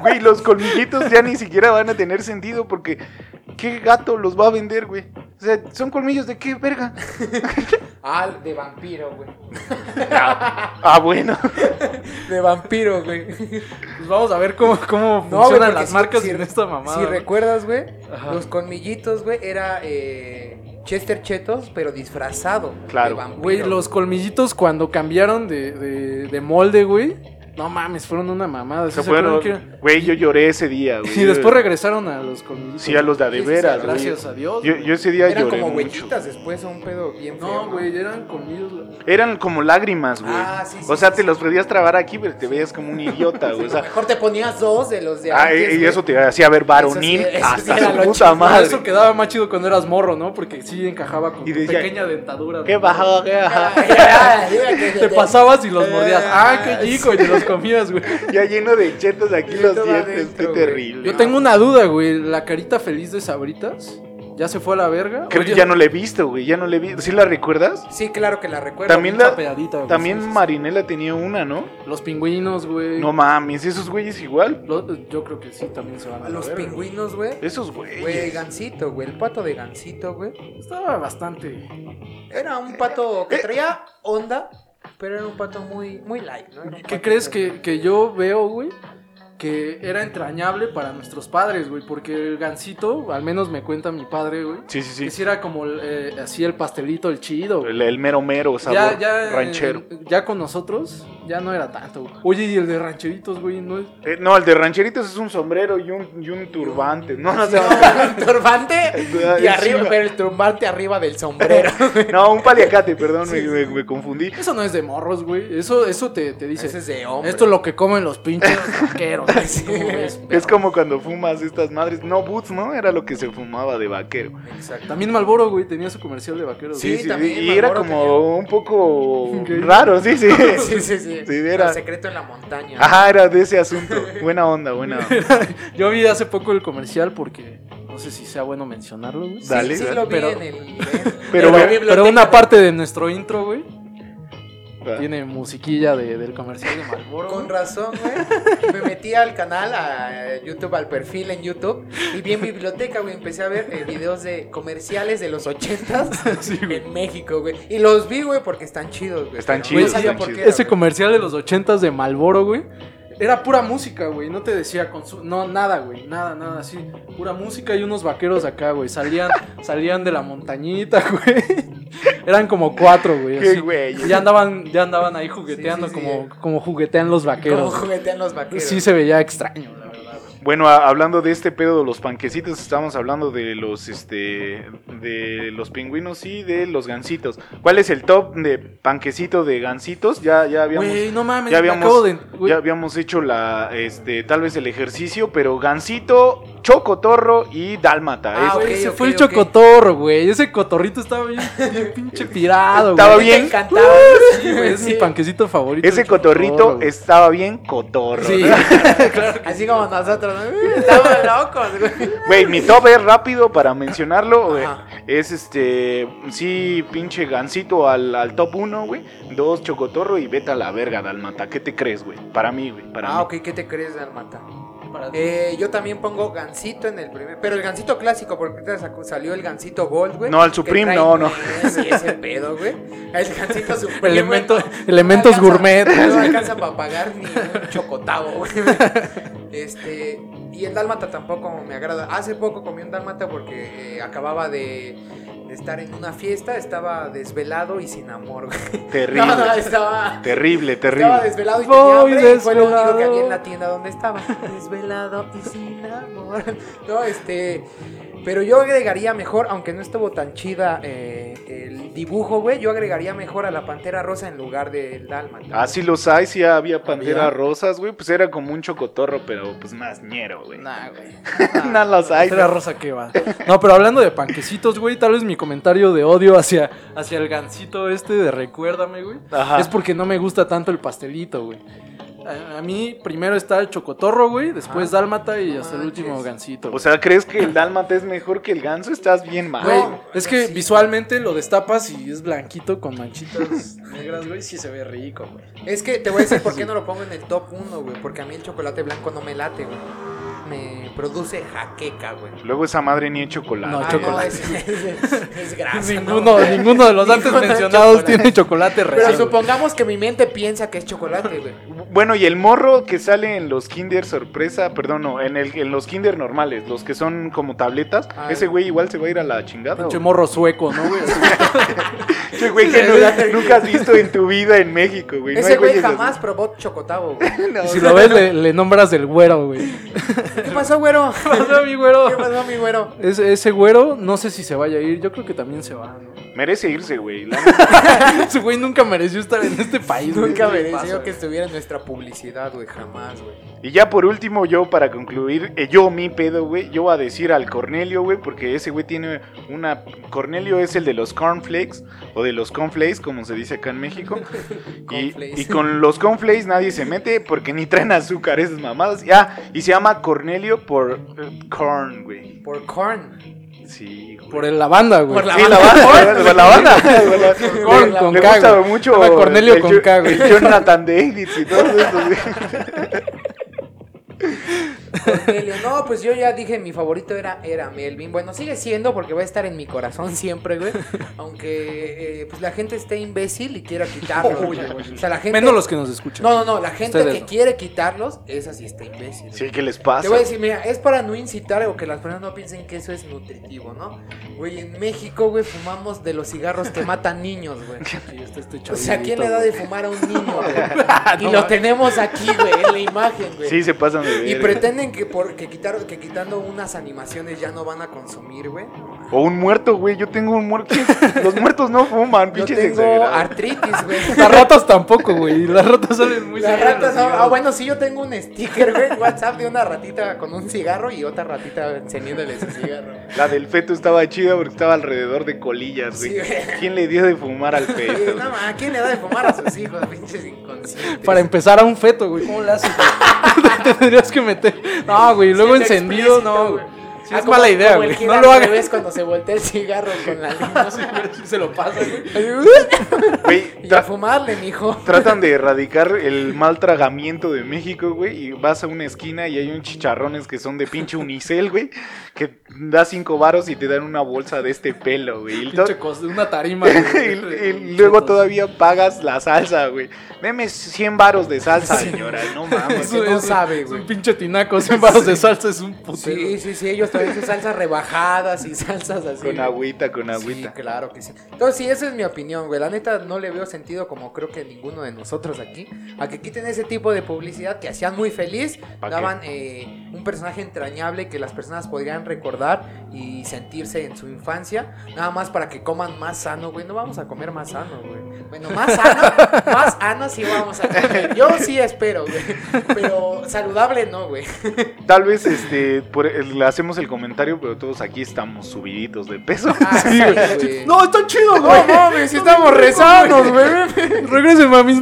Güey, los colmillitos ya ni siquiera van a tener sentido porque ¿qué gato los va a vender, güey? O sea, son colmillos de qué verga. Ah, de vampiro, güey. Ah, bueno. De vampiro, güey. Pues vamos a ver cómo, cómo No, güey, funcionan porque las si- marcas si- en esta mamada. Si güey. recuerdas, güey, Ajá. los colmillitos, güey, era eh, Chester Chetos, pero disfrazado de Claro. vampiro. Güey, los colmillitos cuando cambiaron de, de- de molde, güey. No mames, fueron una mamada. ¿sí Se se acuerdan fueron. que- Güey, yo lloré ese día, güey. Y después regresaron a los colmillitos. Sí, a los de a de Sí, sí, veras, güey. Gracias a Dios. Yo, güey. yo ese día Eran lloré como mucho. huellitas después, un pedo bien feo. No, güey, eran colmillos. Eran como lágrimas, güey. Ah, sí, sí, o sea, sí, te sí. los podías trabar aquí, pero te veías como un idiota, güey. O sea, Mejor te ponías dos de los de ah, antes, y güey. eso te hacía ver varonil Eso sí, eso sí hasta era su lo puta chido. Por madre. eso quedaba más chido cuando eras morro, ¿no? Porque sí encajaba con Y tu decía, pequeña dentadura. ¿Qué güey. bajaba? ¿Qué Ay, bajaba? ay, ay, que- Te pasabas y los Eh, mordías. Ah, qué chico, y te los comías, güey. Ya lleno de chetos aquí Cheto los dientes, qué adentro, güey. terrible. Yo tengo una duda, güey. La carita feliz de Sabritas. ¿Ya se fue a la verga? Creo ¿O que ya no la he visto, güey. Ya no la he visto. ¿Sí la recuerdas? Sí, claro que la recuerdo. También pinza la- pues pedadita, güey. Sí, También sí, sí. Marinela tenía una, ¿no? Los pingüinos, güey. No mames, esos güeyes igual. Lo- yo creo que sí, también se van a la Los verga. pingüinos, güey. Esos Güey, güeyes. Gancito, güey. El pato de Gancito, güey. Estaba bastante. Era un pato Eh, que traía onda, pero era un pato muy, muy light, ¿no? Era un ¿Qué pato crees que, que yo veo, güey? Que era entrañable para nuestros padres, güey. Porque el gansito, al menos me cuenta mi padre, güey. Sí, sí, Que sí. si era como eh, así el pastelito, el chido, güey. El, el mero mero sabor ranchero. eh, ya con nosotros, ya no era tanto, güey. Oye, y el de rancheritos, güey, no es. Eh, no, el de rancheritos es un sombrero y un, y un turbante. No, no, sé. Un turbante y Encima. arriba, pero el turbante arriba del sombrero. no, un paliacate, perdón, me, me- me confundí. Eso no es de morros, güey. Eso, eso te, te dice. Ese es de hombre. Esto es lo que comen los pinches vaqueros. güey. ¿Cómo ves, Es perro? como cuando fumas estas madres. No, Boots, ¿no? Era lo que se fumaba de vaquero. Exacto. También Malboro, güey, tenía su comercial de vaqueros. Sí, güey. también Y era Marlboro como un poco Gay. raro, sí, sí. Sí, sí, sí. Sí, era- El secreto en la montaña. Ajá, era de ese asunto. Buena onda, buena onda. Yo vi hace poco el comercial porque no sé si sea bueno mencionarlo, güey. Sí, dale, sí, dale. lo vi Pero- en el. en- Pero- en la pero, biblioteca. una parte de nuestro intro, güey, Ah. tiene musiquilla de- del comercial de Malboro. Con razón, güey. Me metí al canal, a YouTube, al perfil en YouTube. Y vi en biblioteca, güey. Empecé a ver eh, videos de comerciales de los 80s Sí, güey. en México, güey. Y los vi, güey, porque están chidos, güey. Están Pero chidos, No sabía están por chidos. qué. era, Ese güey. comercial de los ochentas de Malboro, güey. Era pura música, güey. No te decía consu- No, nada, güey. Nada, nada, así. Pura música y unos vaqueros acá, güey. Salían, salían de la montañita, güey. Eran como cuatro, güey. Qué así. güey. Y Ya andaban, ya andaban ahí jugueteando Sí, sí, sí. como, como juguetean los Como vaqueros. juguetean los vaqueros. Sí se veía extraño, la verdad. güey. Bueno, a- hablando de este pedo de los panquecitos, estábamos hablando de los este de los pingüinos y de los gansitos. ¿Cuál es el top de panquecito de gansitos? Ya ya habíamos Güey, no mames, ya me acabo habíamos de. güey, ya habíamos hecho la este tal vez el ejercicio, pero gansito, chocotorro y dálmata. Ah, Es- ok, güey, se ok, fue el ok. chocotorro, güey. Ese cotorrito estaba bien, bien pinche pirado, güey. Estaba A ti bien. Te encantaba. Uh, Sí, güey, es Sí. mi panquecito favorito. ese el cotorrito güey. estaba bien cotorro. Sí, ¿no? claro. Así como nosotros, ¿no? Estamos locos, güey. Güey, mi top es rápido para mencionarlo, güey. Ajá. Es este. Sí, pinche gancito al, al top 1, güey. Dos, chocotorro y vete a la verga, Dalmata. ¿Qué te crees, güey? Para mí, güey. Para Ah, mí. ok, ¿qué te crees, Dalmata? para ti? Eh, yo también pongo gancito en el primer. Pero el gancito clásico, porque ahorita sacó- salió el gancito Gold, güey. No, al que Supreme, trae- no, no. Sí, es el pedo, güey. El gancito Supreme. Elemento- güey, no- elementos no gourmet. No alcanza para pagar ni un chocotavo, güey. Este. Y el dálmata tampoco me agrada. Hace poco comí un dálmata porque eh, acababa de, de estar en una fiesta. Estaba desvelado y sin amor, güey. Terrible. No, no, estaba. Terrible, Estaba terrible. desvelado y tenía Voy hambre y fue lo único que desvelado. había en la tienda donde estaba. Desvelado y sin amor. No, este. Pero yo agregaría mejor, aunque no estuvo tan chida eh, el dibujo, güey. Yo agregaría mejor a la pantera rosa en lugar del dálmata. Ah, Así los hay, sí había pantera Había. rosas, güey. Pues era como un chocotorro, pero pues más ñero, güey. Nah, güey. no los hay. Era rosa que va. No, pero hablando de panquecitos, güey, tal vez mi comentario de odio hacia, hacia el gancito este de recuérdame, güey. Ajá. Es porque no me gusta tanto el pastelito, güey. A, a mí primero está el chocotorro, güey, después Ah. dálmata y No hasta el último manches. gancito. O sea, ¿crees que el dálmata es mejor que el ganso? Estás bien mal. Güey, No, es que sí. visualmente lo destapas y es blanquito con manchitas negras, güey, sí se ve rico, güey. Es que te voy a decir por qué no lo pongo en el top 1, güey. Porque a mí el chocolate blanco no me late, güey. Me produce jaqueca, güey. Luego esa madre ni es chocolate. No, güey. Ah, chocolate. es, es- es grasa, Ninguno, ¿no? ninguno de los antes Ninguno es mencionados chocolate. tiene chocolate Pero recién. güey. supongamos que mi mente piensa que es chocolate, güey. Bueno, y el morro que sale en los Kinder sorpresa, perdón, no, en, el, en los Kinder normales, los que son como tabletas, Ah, ese güey igual se va a ir a la chingada. Pinche güey. morro sueco, ¿no, güey? Ese güey que nu- nunca has visto en tu vida en México, güey. No Ese hay güey güeyes así. jamás probó chocotavo, güey. Y si lo ves, le, le nombras el güero, güey. ¿Qué pasó, güero? ¿Qué pasó, mi ¿Qué güero? pasó, mi güero? Ese, ese güero, no sé si se vaya a ir. Yo creo que también se va, ¿no? Merece irse, güey. la neta. Ese güey nunca mereció estar en este país, güey. Nunca ¿Qué le mereció pasa, que güey? estuviera en nuestra publicidad, güey. Jamás, güey. Y ya por último, yo para concluir, eh, yo mi pedo, güey, yo voy a decir al Cornelio, güey, porque ese güey tiene una... Cornelio es el de los cornflakes, o de los conflays, como se dice acá en México. y, Cornflakes. y con los conflays nadie se mete porque ni traen azúcar esas mamadas. Ya, y se llama Cornelio por eh, corn, güey. Por corn. Sí, güey. Por el lavanda, güey. Por la- Sí, la banda, güey, por la banda. güey, por la- Corn Le- con le K, gusta güey. mucho Estaba Cornelio el con Jo- K, güey. el Jonathan Davis y todos estos, güey. Cornelio. No, pues yo ya dije, mi favorito era, era Melvin. Bueno, sigue siendo porque va a estar en mi corazón siempre, güey. Aunque eh, pues la gente esté imbécil y quiera quitarlo. güey. O sea, la gente... Menos los que nos escuchan. No, no, no. La gente Ustedes que no. quiere quitarlos, esa sí está imbécil. güey. Sí, ¿qué les pasa? Te voy a decir, mira, es para no incitar o que las personas no piensen que eso es nutritivo, ¿no? Güey, en México, güey, fumamos de los cigarros que matan niños, güey. Sí, está este O sea, ¿quién chavito, le da güey. de fumar a un niño, güey? Y lo tenemos aquí, güey, en la imagen, güey. Sí, se pasan de y verga. pretenden que, por, que, quitar, que quitando unas animaciones ya no van a consumir, güey. O un muerto, güey. Yo tengo un muerto. Los muertos no fuman, Yo pinches tengo exagerados. artritis, güey. Las ratas tampoco, güey. Las ratas salen muy Las seguidas, ratas, güey. ah, ah, bueno, sí, yo tengo un sticker, güey, en WhatsApp de una ratita con un cigarro y otra ratita encendiéndole su cigarro. La del feto estaba chida porque estaba alrededor de colillas, güey. Sí, güey. ¿Quién le dio de fumar al Sí, feto? no, güey? ma, ¿a quién le da de fumar a sus hijos, pinches inconscientes? Para empezar a un feto, güey. ¿Cómo le haces? güey? Te Tendrías que meter. No, güey. Luego Sí, es encendido, explícito, no, güey. Sí, Ah, es como- mala idea, como el güey. que No era lo al hagas. revés cuando se voltea el cigarro con la lima. Se lo pasa, güey. Güey, y a tra- fumarle, mijo. tratan de erradicar el mal tragamiento de México, güey. Y vas a una esquina y hay un chicharrones que son de pinche unicel, güey. Que da cinco varos y te dan una bolsa de este pelo, güey. Y to- Pinche cos- una tarima. güey. y- y luego todavía pagas la salsa, güey. Deme 100 varos de salsa, señora. No mames. Eso que no es- sabe, es güey. un pinche tinaco, 100 baros de salsa es un putero. Sí, sí, sí, ellos también sus salsas rebajadas y salsas así. Con agüita, con Sí, agüita. claro que sí. Entonces, sí, esa es mi opinión, güey. La neta no le veo sentido, como creo que ninguno de nosotros aquí, a que quiten ese tipo de publicidad que hacían muy feliz, ¿Pa' qué? daban eh, un personaje entrañable que las personas podrían recordar y sentirse en su infancia, nada más para que coman más sano, güey. No vamos a comer más sano, güey. Bueno, más sano, más sano sí vamos a comer. Yo sí espero, güey. Pero saludable no, güey. Tal vez este por- le hacemos el comentario, pero todos aquí estamos subiditos de peso. Ah, sí, güey. No, está chido, No güey. mames, sí estamos rezados, güey. Regresen a mis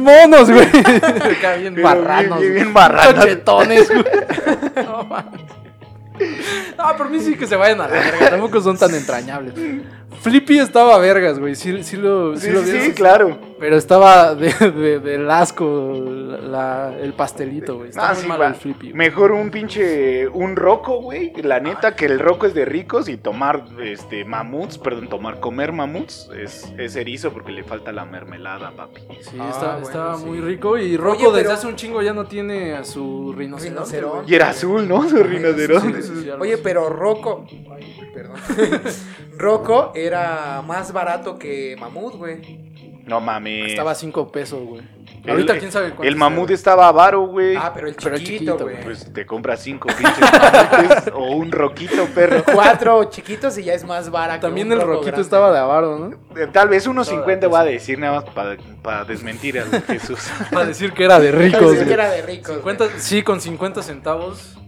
monos, güey. Acá Pero bien bien- barranos. bien- güey. bien barranos. Chetones, güey. No, mames. No, por mí sí que se vayan a la verga. Tampoco son tan entrañables. Flippy estaba vergas, güey. Sí, sí lo, sí Sí, lo sí, vieron. sí, claro. Pero estaba de, de, del asco la- el pastelito, güey. Está Ah, muy sí, malo va. el Flippy. güey. Mejor un pinche, un roco, güey. La neta que el roco es de ricos y tomar, este, mamuts, perdón, tomar, comer mamuts es, es erizo porque le falta la mermelada, papi. Sí, Ah, está- bueno, estaba sí. muy rico. Y Rocco Oye, desde pero- hace un chingo ya no tiene a su rinoceronte. Rinoceronte. güey. Y era azul, ¿no? Su rinoceronte. Sí, sí, sí, algo Oye, así. pero Rocco. ay, Perdón. Rocco era más barato que Mamut, güey. No mames. Estaba a 5 pesos, güey. El- Ahorita quién sabe cuánto. El mamut sea, estaba avaro, güey. Ah, pero el Pero el chiquito, chiquito, güey. Pues te compras cinco pinches mamutes o un roquito, perro. Cuatro chiquitos y ya es más barato. güey. También el Roquito estaba de avaro, ¿no? Eh, Tal vez unos Toda 50 cosa. va a decir nada más para desmentir a Jesús. Para decir que era de ricos, Pensé que güey. era de ricos. güey. 50 sí, con 50 centavos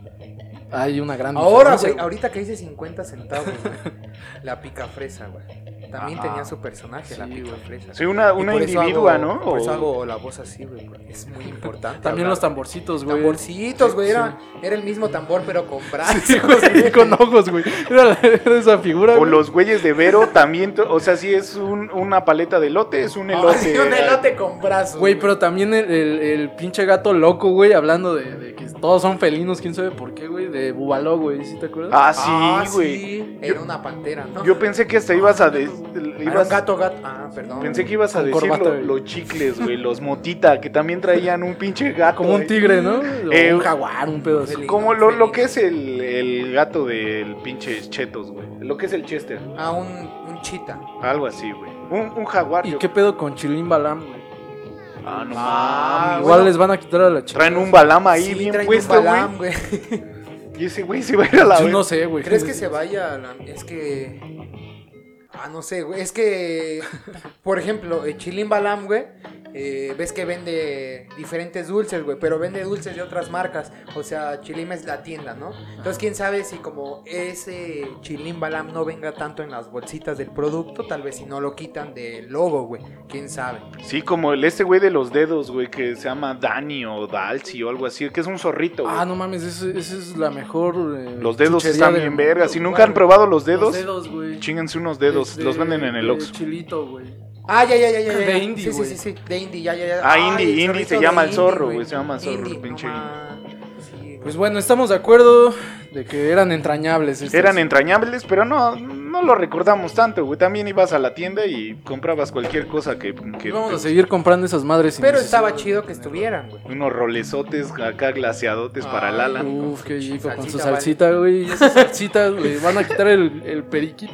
hay una gran Ahora, diferencia, güey, ahorita que dice 50 centavos, güey. La pica fresa, güey. También Ajá. tenía su personaje, la Ah, Sí, pica güey. fresa. Sí, una, Y una por eso individua, hago- ¿no? Por eso O- hago la voz así, güey. porque Es muy importante. También hablar. los tamborcitos, güey. Tamborcitos, güey. Sí, Era, era el mismo tambor, pero con brazos. Sí, güey, con ojos, güey. Era, la- era esa figura, O güey. los güeyes de Vero también, to- o sea, sí es un- una paleta de elote, es un Ah, elote. sí, un elote con brazos. Güey, pero también el, el- el pinche gato loco, güey, hablando de, de que todos son felinos, quién sabe por qué, güey, de Bubaló, güey, ¿sí te acuerdas? Ah, Ah, sí, güey. sí, Era una pantera, ¿no? Yo pensé que hasta ibas a... de- Ah, Era ibas- un gato, gato. Ah, perdón. Pensé que ibas a Con decir corbata, lo- güey. los chicles, güey, los motita, que también traían un pinche gato. Como un güey. tigre, ¿no? O Eh, un jaguar, un pedo así. feliz. Como lo, lo que es el, el gato del pinche Chetos, güey. Lo que es el Chester. A Ah, un, un chita. Algo así, güey. Un, un jaguar. ¿Y yo- qué pedo con Chilín Balam, güey? Ah, no Ah, mames. Igual bueno. les van a quitar a la chica. Traen un balama ahí Sí, bien traen un puesto, güey. balam, güey. Y ese güey se va a ir a la Yo vez. no sé, güey. ¿Crees que se vaya? a la- Es que. Ah, no sé, güey. Es que. Por ejemplo, eh, Chilín Balam, güey. eh, ves que vende diferentes dulces, güey. Pero vende dulces de otras marcas. O sea, Chilim es la tienda, ¿no? Entonces, quién sabe si como ese Chilín Balam no venga tanto en las bolsitas del producto. Tal vez si no lo quitan del logo, güey. Quién sabe. Sí, como el este güey de los dedos, güey, que se llama Dani o Dalsi o algo así, que es un zorrito, güey. Ah, no mames, esa es la mejor. eh, los dedos chuchería están del bien mundo, vergas. Si güey. nunca han probado los dedos, Los dedos, güey. chinganse unos dedos. De- los de- venden en el de Oxxo. Chilito, güey. Ah, ya, ya, ya, ya. ya. De indie, sí, sí, güey. sí, sí. De indie, ya, ya, ya. Ah, Ay, indie, el indie, zorrito se de llama el indie, zorro, güey, se llama el zorro, Indie, el pinche no ma- sí, güey. Pues bueno, estamos de acuerdo de que eran entrañables. estos. Pues Eran entrañables, pero no, no lo recordamos tanto, güey. También ibas a la tienda y comprabas cualquier cosa que... que- Íbamos a seguir comprando esas madres. sin Pero necesidad estaba de chido que tenerlo. estuvieran, güey. Unos rolezotes acá glaciadotes para Ay, Lala. Uf, qué rico, con su Salsita, salsita, güey. Y esas salsitas, güey, van a quitar el, el periquito.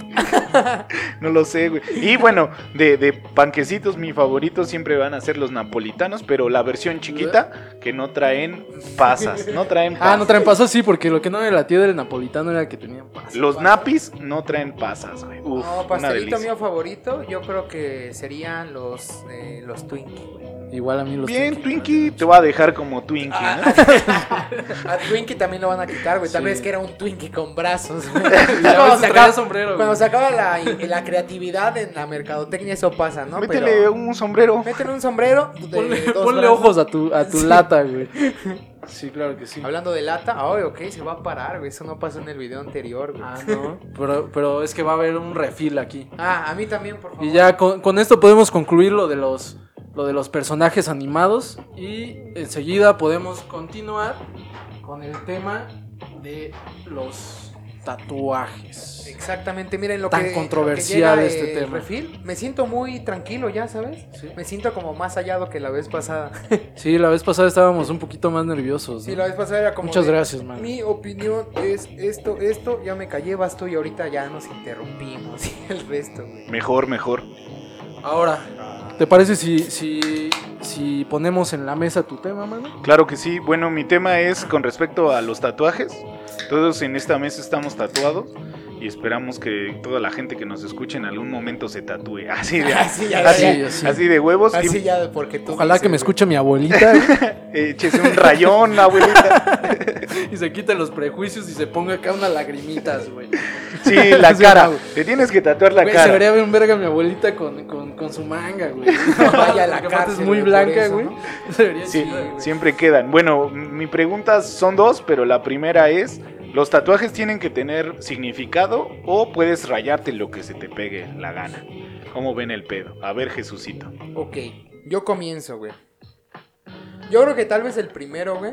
No lo sé, güey. Y bueno, de, de panquecitos, mi favorito siempre van a ser los napolitanos, pero la versión chiquita que no traen pasas. No traen pasas. Ah, no traen pasas, sí, porque lo que no me latía del napolitano era que tenían pasas. Los napis no traen pasas, güey. Uf, no, una pastelito delicia. mío favorito, yo creo que serían los, eh, los Twinkie, güey. Igual a mí los. Bien, Twinkie, Twinkies. te voy a dejar como Twinkie, Ah, ¿no? A Twinkie también lo van a quitar, güey. Tal Sí. vez que era un Twinkie con brazos, güey. Y a Cuando veces se traía acaba- sombrero, güey. Cuando se acaba la, la creatividad en la mercadotecnia, eso pasa, ¿no? Métele Pero- un sombrero. métele un sombrero. de Ponle, dos ponle brazos. ojos a tu, a tu Sí. lata, güey. Sí, claro que sí. Hablando de lata, ay, ok, se va a parar, güey. Eso no pasó en el video anterior, güey. Ah, Ah, no. Pero, pero es que va a haber un refil aquí. a mí también, por favor. Y ya con, con esto podemos concluir lo de los lo de los personajes animados y enseguida podemos continuar con el tema de los tatuajes. Exactamente, miren lo Tan que lo que controversial llega, este eh, tema. Refil, me siento muy tranquilo ya, ¿sabes? Sí. Me siento como más hallado que la vez pasada. Sí, la vez pasada estábamos un poquito más nerviosos. Sí, ¿no? la vez pasada era como Muchas de, gracias, man. Mi opinión es esto, esto, ya me callé, vas tú y ahorita ya nos interrumpimos y el resto, güey. Mejor, mejor. Ahora, ¿te parece si, si, si ponemos en la mesa tu tema, mano? Claro que sí. Bueno, mi tema es con respecto a los tatuajes. Todos en esta mesa estamos tatuados y esperamos que toda la gente que nos escuche en algún momento se tatúe. Así de, Así ya, así, ya, ya, sí. así de huevos. Y- Así ya, porque tú Ojalá dices, que me güey. escuche mi abuelita ¿eh? güey, Échese un rayón, abuelita. y se quite los prejuicios y se ponga acá unas lagrimitas, güey. Sí, la Sí, cara. no. Te tienes que tatuar la Güey, se cara. vería bien verga mi abuelita con, con, con su manga, güey. Vaya a la Porque aparte cárcel, es muy güey, por blanca, eso, güey. ¿no? Se vería Sí, chido, güey. siempre quedan. Bueno, mi pregunta son dos, pero la primera es, Los tatuajes tienen que tener significado o puedes rayarte lo que se te pegue la gana. ¿Cómo ven el pedo? A ver, Jesucito. Ok, yo comienzo, güey. Yo creo que tal vez el primero, güey.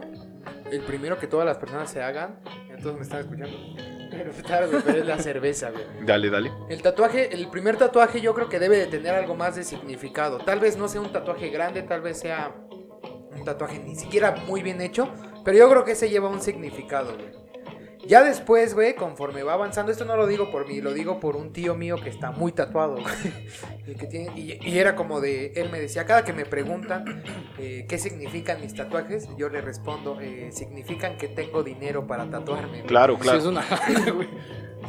El primero que todas las personas se hagan. Entonces me están escuchando. Pero, claro, güey, pero es la cerveza, güey. Dale, dale. El tatuaje, el primer tatuaje yo creo que debe de tener algo más de significado. Tal vez no sea un tatuaje grande, tal vez sea un tatuaje ni siquiera muy bien hecho, pero yo creo que ese lleva un significado, güey. Ya después, güey, conforme va avanzando, esto no lo digo por mí, lo digo por un tío mío que está muy tatuado, güey. Y, que tiene- y- y era como de, él me decía, cada que me preguntan eh, qué significan mis tatuajes, yo le respondo, eh, significan que tengo dinero para tatuarme. güey". Claro, Sí, claro. es una lana, güey.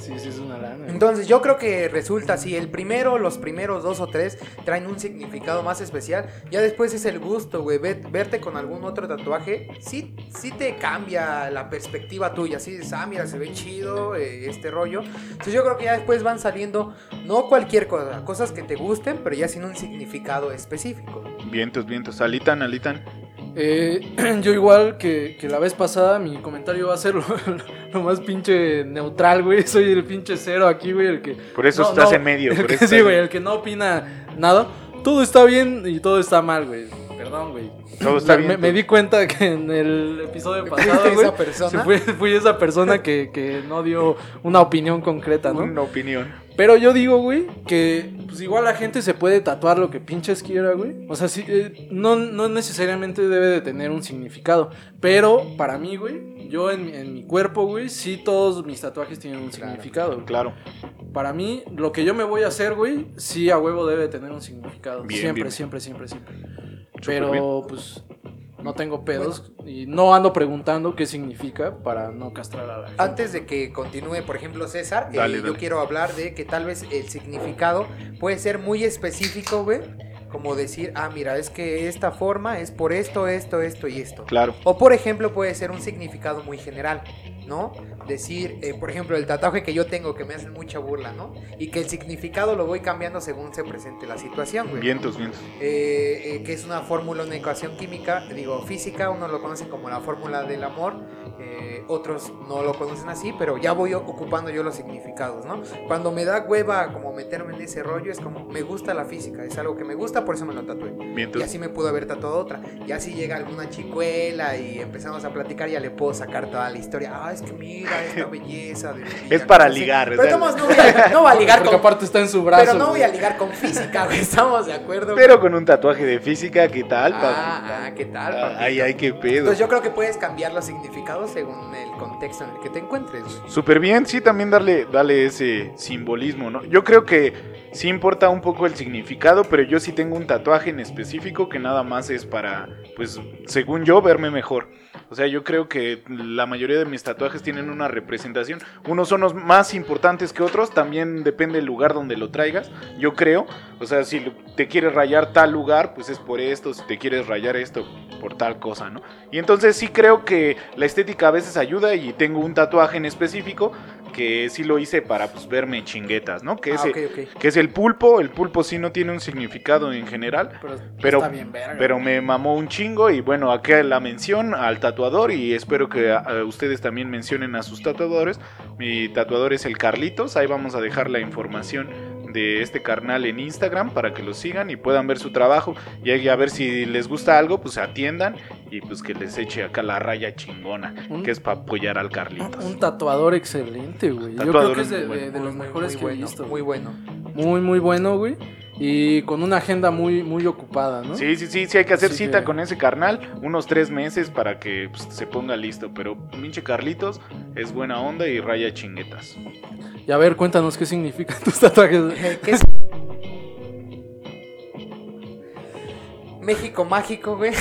Sí, sí, es una lana. güey. Entonces yo creo que resulta así, el primero, los primeros dos o tres traen un significado más especial, ya después es el gusto, güey, Ve- verte con algún otro tatuaje, sí, sí te cambia la perspectiva tuya, sí dices, ah, mira, se ve chido eh, este rollo, entonces yo creo que ya después van saliendo, no cualquier cosa, cosas que te gusten, pero ya sin un significado específico. Vientos, vientos. Alitan, alitan. Eh, yo igual que, que la vez pasada, mi comentario va a ser lo, lo más pinche neutral, güey. Soy el pinche cero aquí, güey, el que... Por eso No, estás no, en medio. el por que- eso sí, estás- güey, el que no opina nada. Todo está bien y todo está mal, güey. Perdón, güey. Todo está Me- bien. Me, di cuenta que en el episodio pasado, güey, esa persona. se fue- fui esa persona que, que no dio una opinión concreta, ¿no? Una opinión. Pero yo digo, güey, que pues igual la gente se puede tatuar lo que pinches quiera, güey. O sea, sí, eh, no, no necesariamente debe de tener un significado. Pero para mí, güey, yo en, mi- en mi cuerpo, güey, sí todos mis tatuajes tienen un Claro, significado. güey. Claro. Para mí, lo que yo me voy a hacer, güey, sí a huevo debe de tener un significado. Bien, siempre, bien. siempre, siempre, siempre. bien. Pero, pues, no tengo pedos y no ando preguntando qué significa para no castrar a la gente. Antes de que continúe, por ejemplo, César, eh, Dale, yo dale. quiero hablar de que tal vez el significado puede ser muy específico, güey. Como decir, ah, mira, es que esta forma es por esto, esto, esto y esto. Claro. O por ejemplo, puede ser un significado muy general, ¿no? Decir, eh, por ejemplo, el tatuaje que yo tengo que me hacen mucha burla, ¿no? Y que el significado lo voy cambiando según se presente la situación, güey. Vientos, vientos. Eh, eh, que es una fórmula, una ecuación química, digo física, uno lo conoce como la fórmula del amor, eh, otros no lo conocen así, pero ya voy ocupando yo los significados, ¿no? Cuando me da hueva como meterme en ese rollo, es como, me gusta la física, es algo que me gusta, por eso me lo tatué. Y Vientos. así me pudo haber tatuado otra. Y así llega alguna chicuela y empezamos a platicar, ya le puedo sacar toda la historia. Ah, es que mira esta belleza. de- Es para ligar, Pero es estamos, no, voy a, no voy a ligar Porque con... aparte está en su brazo. Pero no güey. voy a ligar con física, güey, estamos de acuerdo. Pero con un tatuaje de física, ¿qué tal, papi? Ah, ah, ¿qué tal, papito? ay, ay, qué pedo. Entonces yo creo que puedes cambiar los significados según el contexto en el que te encuentres, güey. Súper bien, sí, también darle, darle ese simbolismo, ¿no? Yo creo que sí importa un poco el significado, pero yo sí tengo un tatuaje en específico que nada más es para, pues, según yo, verme mejor. O sea, yo creo que la mayoría de mis tatuajes tienen una representación. Unos son los más importantes que otros, también depende el lugar donde lo traigas, yo creo. O sea, si lo- te quieres rayar tal lugar, pues es por esto, si te quieres rayar esto, por tal cosa, ¿no? Y entonces sí creo que la estética a veces ayuda y tengo un tatuaje en específico que sí lo hice para pues, verme chinguetas, ¿no? Que, Ah, es, ok, ok. que es el pulpo, el pulpo sí no tiene un significado en general, Pero, Pero- está bien verga. pero me mamó un chingo y bueno, acá la mención al tatuador y espero que eh, ustedes también mencionen a sus tatuadores. Mi tatuador es el Carlitos, ahí vamos a dejar la información de este carnal en Instagram para que lo sigan y puedan ver su trabajo y ahí a ver si les gusta algo, pues atiendan y pues que les eche acá la raya chingona, Un- que es para apoyar al Carlitos. Un, un tatuador excelente, güey. Yo creo Tatuador que es de, muy bueno. de- de los Muy, mejores muy que bueno, he visto. Muy güey. bueno. Muy, muy bueno, güey. Y con una agenda muy, muy ocupada, ¿no? Sí, sí, sí, sí hay que hacer Así cita que- con ese carnal unos tres meses para que pues, se ponga listo. Pero pinche Carlitos es buena onda y raya chinguetas. Y a ver, cuéntanos qué significan tus tatuajes. Eh, ¿qué es? México mágico, güey.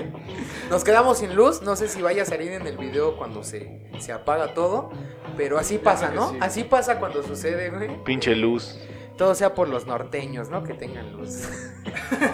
Nos quedamos sin luz. No sé si vaya a salir en el video cuando se, se apaga todo. Pero así pasa, que ¿no? sí. Así pasa cuando sucede, güey. Pinche luz. Todo sea por los norteños, ¿no? Que tengan luz.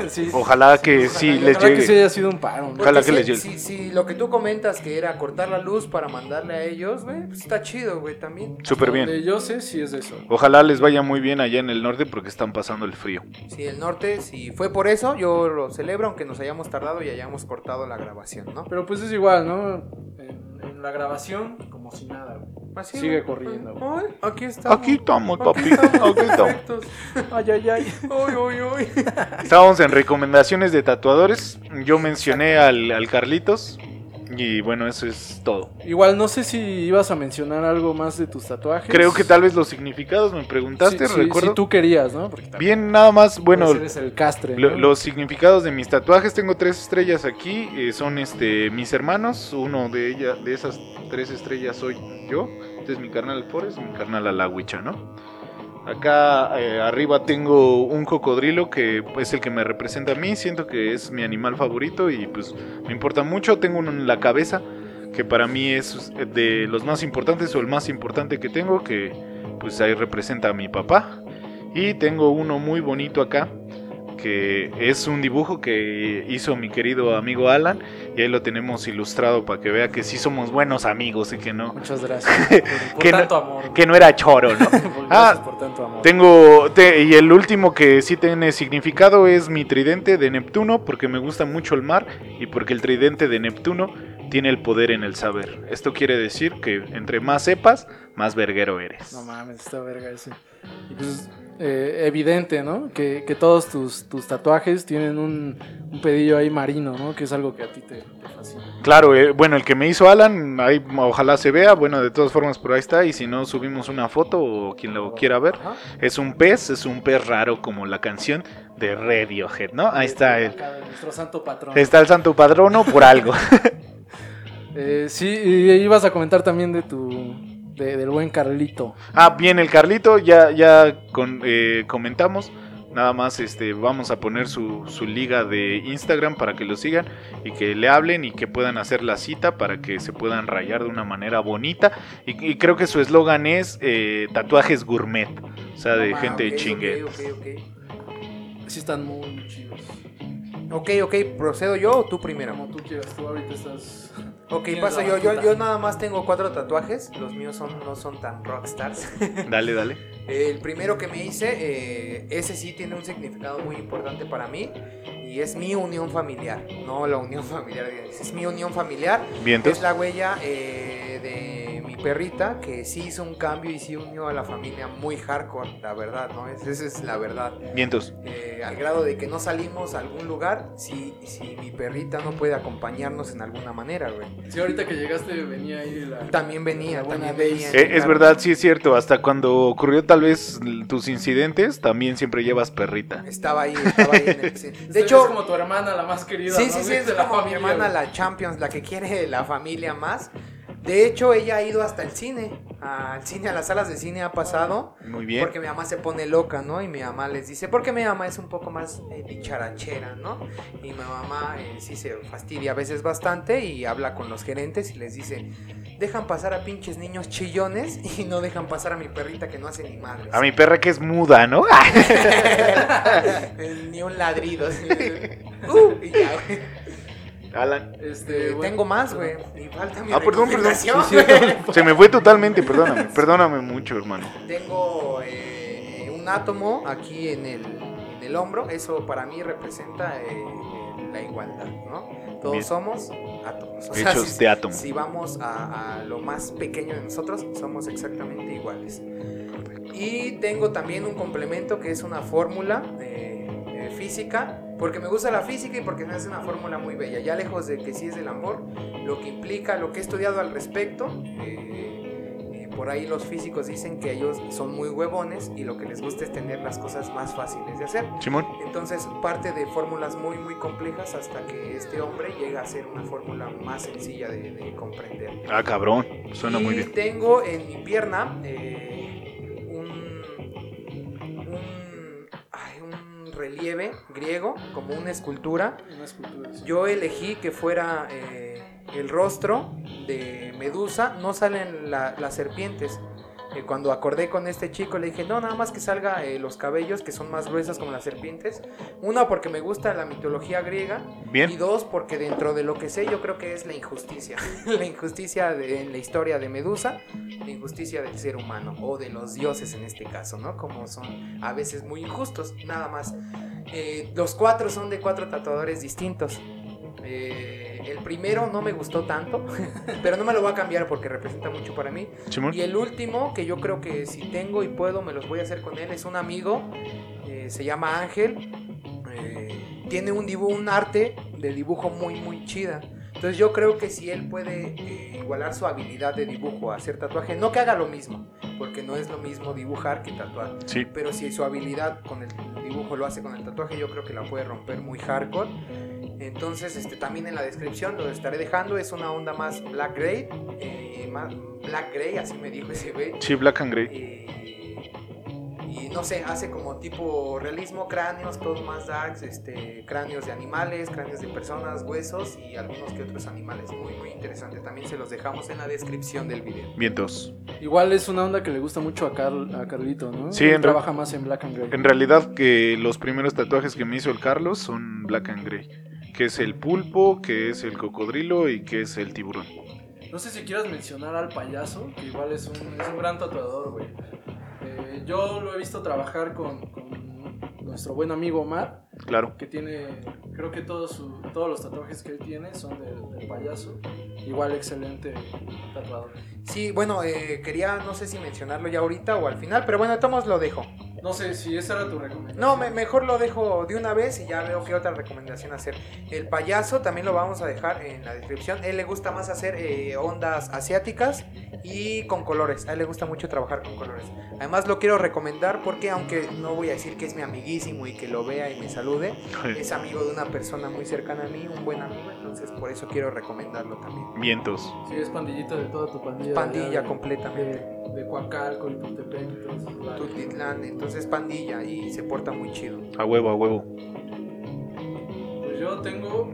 sí. Ojalá que sí Ojalá les que llegue. sí haya sido un paro. ¿no? Ojalá Porque que les si, si, llegue. si lo que tú comentas que era cortar la luz para mandarle a ellos, güey, pues está chido, güey, también. Súper bien. Donde Eh, Yo sé si es de eso. Ojalá les vaya muy bien allá en el norte porque están pasando el frío. Si el norte, si fue por eso, yo lo celebro, aunque nos hayamos tardado y hayamos cortado la grabación, ¿no? Pero pues es igual, ¿no? En, en la grabación, como como si nada, güey. Así, Sigue güey. corriendo, güey. Ay, aquí estamos. Aquí estamos, Aquí papi. estamos. Aquí estamos. perfectos. Ay, ay, ay. Uy, uy, uy. Estábamos en recomendaciones de tatuadores. Yo mencioné al, al Carlitos. Y bueno, eso es todo. Igual no sé si ibas a mencionar algo más de tus tatuajes. Creo que tal vez los significados me Sí, preguntaste, sí, recuerdo. si tú querías, ¿no? Porque también Bien, nada más, bueno, pues eres el castre. lo- ¿no? los significados de mis tatuajes, tengo tres estrellas aquí, eh, son este mis hermanos, uno de ella, de esas tres estrellas soy yo, este es mi carnal Forest y mi carnal Alahuicha, ¿no? Acá eh, arriba tengo un cocodrilo que es el que me representa a mí, siento que es mi animal favorito y pues me importa mucho, tengo uno en la cabeza que para mí es eh, de los más importantes o el más importante que tengo, que pues ahí representa a mi papá. Y tengo uno muy bonito acá, que es un dibujo que hizo mi querido amigo Alan, y ahí lo tenemos ilustrado para que vea que sí somos buenos amigos y que no, Muchas gracias por, por Que no- Ah, tanto amor. que no era choro, ¿no? Por- gracias por tanto amor. Tengo, te- y el último que sí tiene significado es mi tridente de Neptuno, porque me gusta mucho el mar y porque el tridente de Neptuno tiene el poder en el saber. Esto quiere decir que entre más sepas, más verguero eres. No mames, está verga ese. Y pues, eh, evidente, ¿no? Que, que todos tus, tus tatuajes tienen un, un pedillo ahí marino, ¿no? Que es algo que a ti te, te fascina. Claro, eh, bueno, el que me hizo Alan, ahí ojalá se vea, bueno, de todas formas por ahí está, y si no subimos una foto o quien lo quiera ver, Ajá. es un pez, es un pez raro como la canción de Radiohead, ¿no? Ahí está el, Acá, Nuestro santo patrón. está el santo padrono por algo. Eh, sí, y ibas a comentar también de tu. de- del buen Carlito. Ah, bien, el Carlito, ya, ya con- eh, comentamos. Nada más este, vamos a poner su, su liga de Instagram para que lo sigan y que le hablen y que puedan hacer la cita para que se puedan rayar de una manera bonita. Y, y creo que su eslogan es eh, tatuajes gourmet, o sea, de Ah, gente ok, chingue. Ok, ok, Sí, están muy chidos. ok. Ok, ok, ¿procedo yo o tú primero? Como tú quieras, tú ahorita estás. Ok, ¿Quién paso es yo. la yo. batuta? Yo nada más tengo cuatro tatuajes. Los míos son, no son tan rockstars. Dale, dale. El primero que me hice, eh, ese sí tiene un significado muy importante para mí. Y es mi unión familiar. No la unión familiar, es mi unión familiar. Es Vientos. la huella eh, de mi perrita que sí hizo un cambio y sí unió a la familia muy hardcore, la verdad, ¿no? Es- Esa es la verdad. Vientos. Eh, al grado de que no salimos a algún lugar si, si mi perrita no puede acompañarnos en alguna manera, güey. Sí, ahorita que llegaste venía ahí la. También venía, Buena también Daisy. venía. Eh, es verdad, sí es cierto. Hasta cuando ocurrió tal vez tus incidentes, también siempre llevas perrita. Estaba ahí, estaba ahí. en el- sí. Esta De es hecho, como tu hermana, la más querida. Sí, ¿no? sí, sí, Güey, es de la como mi familia, hermana, güey. la Champions, la que quiere la familia más. De hecho, ella ha ido hasta el cine, al cine, a las salas de cine ha pasado. Muy bien. Porque mi mamá se pone loca, ¿no? Y mi mamá les dice, porque mi mamá es un poco más eh, dicharachera, ¿no? Y mi mamá eh, sí se fastidia a veces bastante y habla con los gerentes y les dice, dejan pasar a pinches niños chillones y no dejan pasar a mi perrita que no hace ni madres. A mi perra que es muda, ¿no? Ah, ni un ladrido. así. Uh, y ya, güey. Alan. Este, Eh, güey, tengo más, güey. perdón. Y falta mi Ah, perdón, perdón. recomendación, Sí, sí, güey. Se me fue totalmente, perdóname, perdóname mucho, hermano. Tengo eh, un átomo aquí en el, en el hombro. Eso para mí representa eh, eh, la igualdad, ¿no? Todos Bien. somos átomos. O Hechos si- de átomo. Si vamos a, a lo más pequeño de nosotros, somos exactamente iguales. Y tengo también un complemento que es una fórmula eh, eh, física, porque me gusta la física y porque me hace una fórmula muy bella. Ya lejos de que sí es del amor, lo que implica, lo que he estudiado al respecto. eh, eh, por ahí los físicos dicen que ellos son muy huevones y lo que les gusta es tener las cosas más fáciles de hacer. Simón, Entonces parte de fórmulas muy muy complejas hasta que este hombre llega a ser una fórmula más sencilla de, de comprender. ah, cabrón, suena y muy bien. tengo en mi pierna eh, un, un, ay, un relieve griego, como una escultura. Una escultura, sí. Yo elegí que fuera eh, el rostro de Medusa, no salen la- las serpientes. Eh, cuando acordé con este chico le dije, no, nada más que salga eh, los cabellos que son más gruesos como las serpientes. Una, porque me gusta la mitología griega. Y Bien, dos, porque dentro de lo que sé yo creo que es la injusticia. la injusticia de- en la historia de Medusa, la injusticia del ser humano o de los dioses en este caso, ¿no? Como son a veces muy injustos, nada más. Eh, los cuatro son de cuatro tatuadores distintos. Eh, Eh, el primero no me gustó tanto, pero no me lo voy a cambiar porque representa mucho para mí. Simón. Y el último, que yo creo que si tengo y puedo, me los voy a hacer con él, es un amigo, eh, se llama Ángel, eh, tiene un, dibu- un arte de dibujo muy, muy chida. Entonces yo creo que si él puede eh, igualar su habilidad de dibujo a hacer tatuaje, no que haga lo mismo, porque no es lo mismo dibujar que tatuar. Sí. Pero si su habilidad con el dibujo lo hace con el tatuaje, yo creo que la puede romper muy hardcore. Entonces, este, también en la descripción lo estaré dejando. Es una onda más Black Grey. eh, más Black Grey, así me dijo ese güey. Sí, Black and Grey. Eh, y no sé, hace como tipo realismo, cráneos, todo más darks, este, cráneos de animales, cráneos de personas, huesos y algunos que otros animales. Muy, muy interesante. También se los dejamos en la descripción del video. Vientos. Igual es una onda que le gusta mucho a, Carl- a Carlito, ¿no? Sí, Él en re- trabaja más en Black and Grey. En realidad que los primeros tatuajes que me hizo el Carlos son Black and Grey. Que es el pulpo, que es el cocodrilo y que es el tiburón. No sé si quieras mencionar al payaso, que igual es un, es un gran tatuador, güey. Eh, yo lo he visto trabajar con, con nuestro buen amigo Omar, Claro. que tiene, creo que todos su- todos los tatuajes que él tiene son del, del payaso. Igual excelente tatuador. Sí, bueno, eh, quería, no sé si mencionarlo ya ahorita o al final, pero bueno, de todos modos lo dejo. No sé si esa era tu recomendación. No, me- mejor lo dejo de una vez y ya veo qué otra recomendación hacer. El payaso también lo vamos a dejar en la descripción. A él le gusta más hacer eh, ondas asiáticas y con colores. A él le gusta mucho trabajar con colores. Además lo quiero recomendar porque aunque no voy a decir que es mi amiguísimo y que lo vea y me salude, es amigo de una persona muy cercana a mí, un buen amigo, entonces por eso quiero recomendarlo también. Vientos. Sí, es pandillita de toda tu pandilla. Pandilla allá de- completamente. De, de Coacalco y Tultepec y todos esos lugares. Tultitlán, entonces pandilla y se porta muy chido. A huevo, a huevo. Pues yo tengo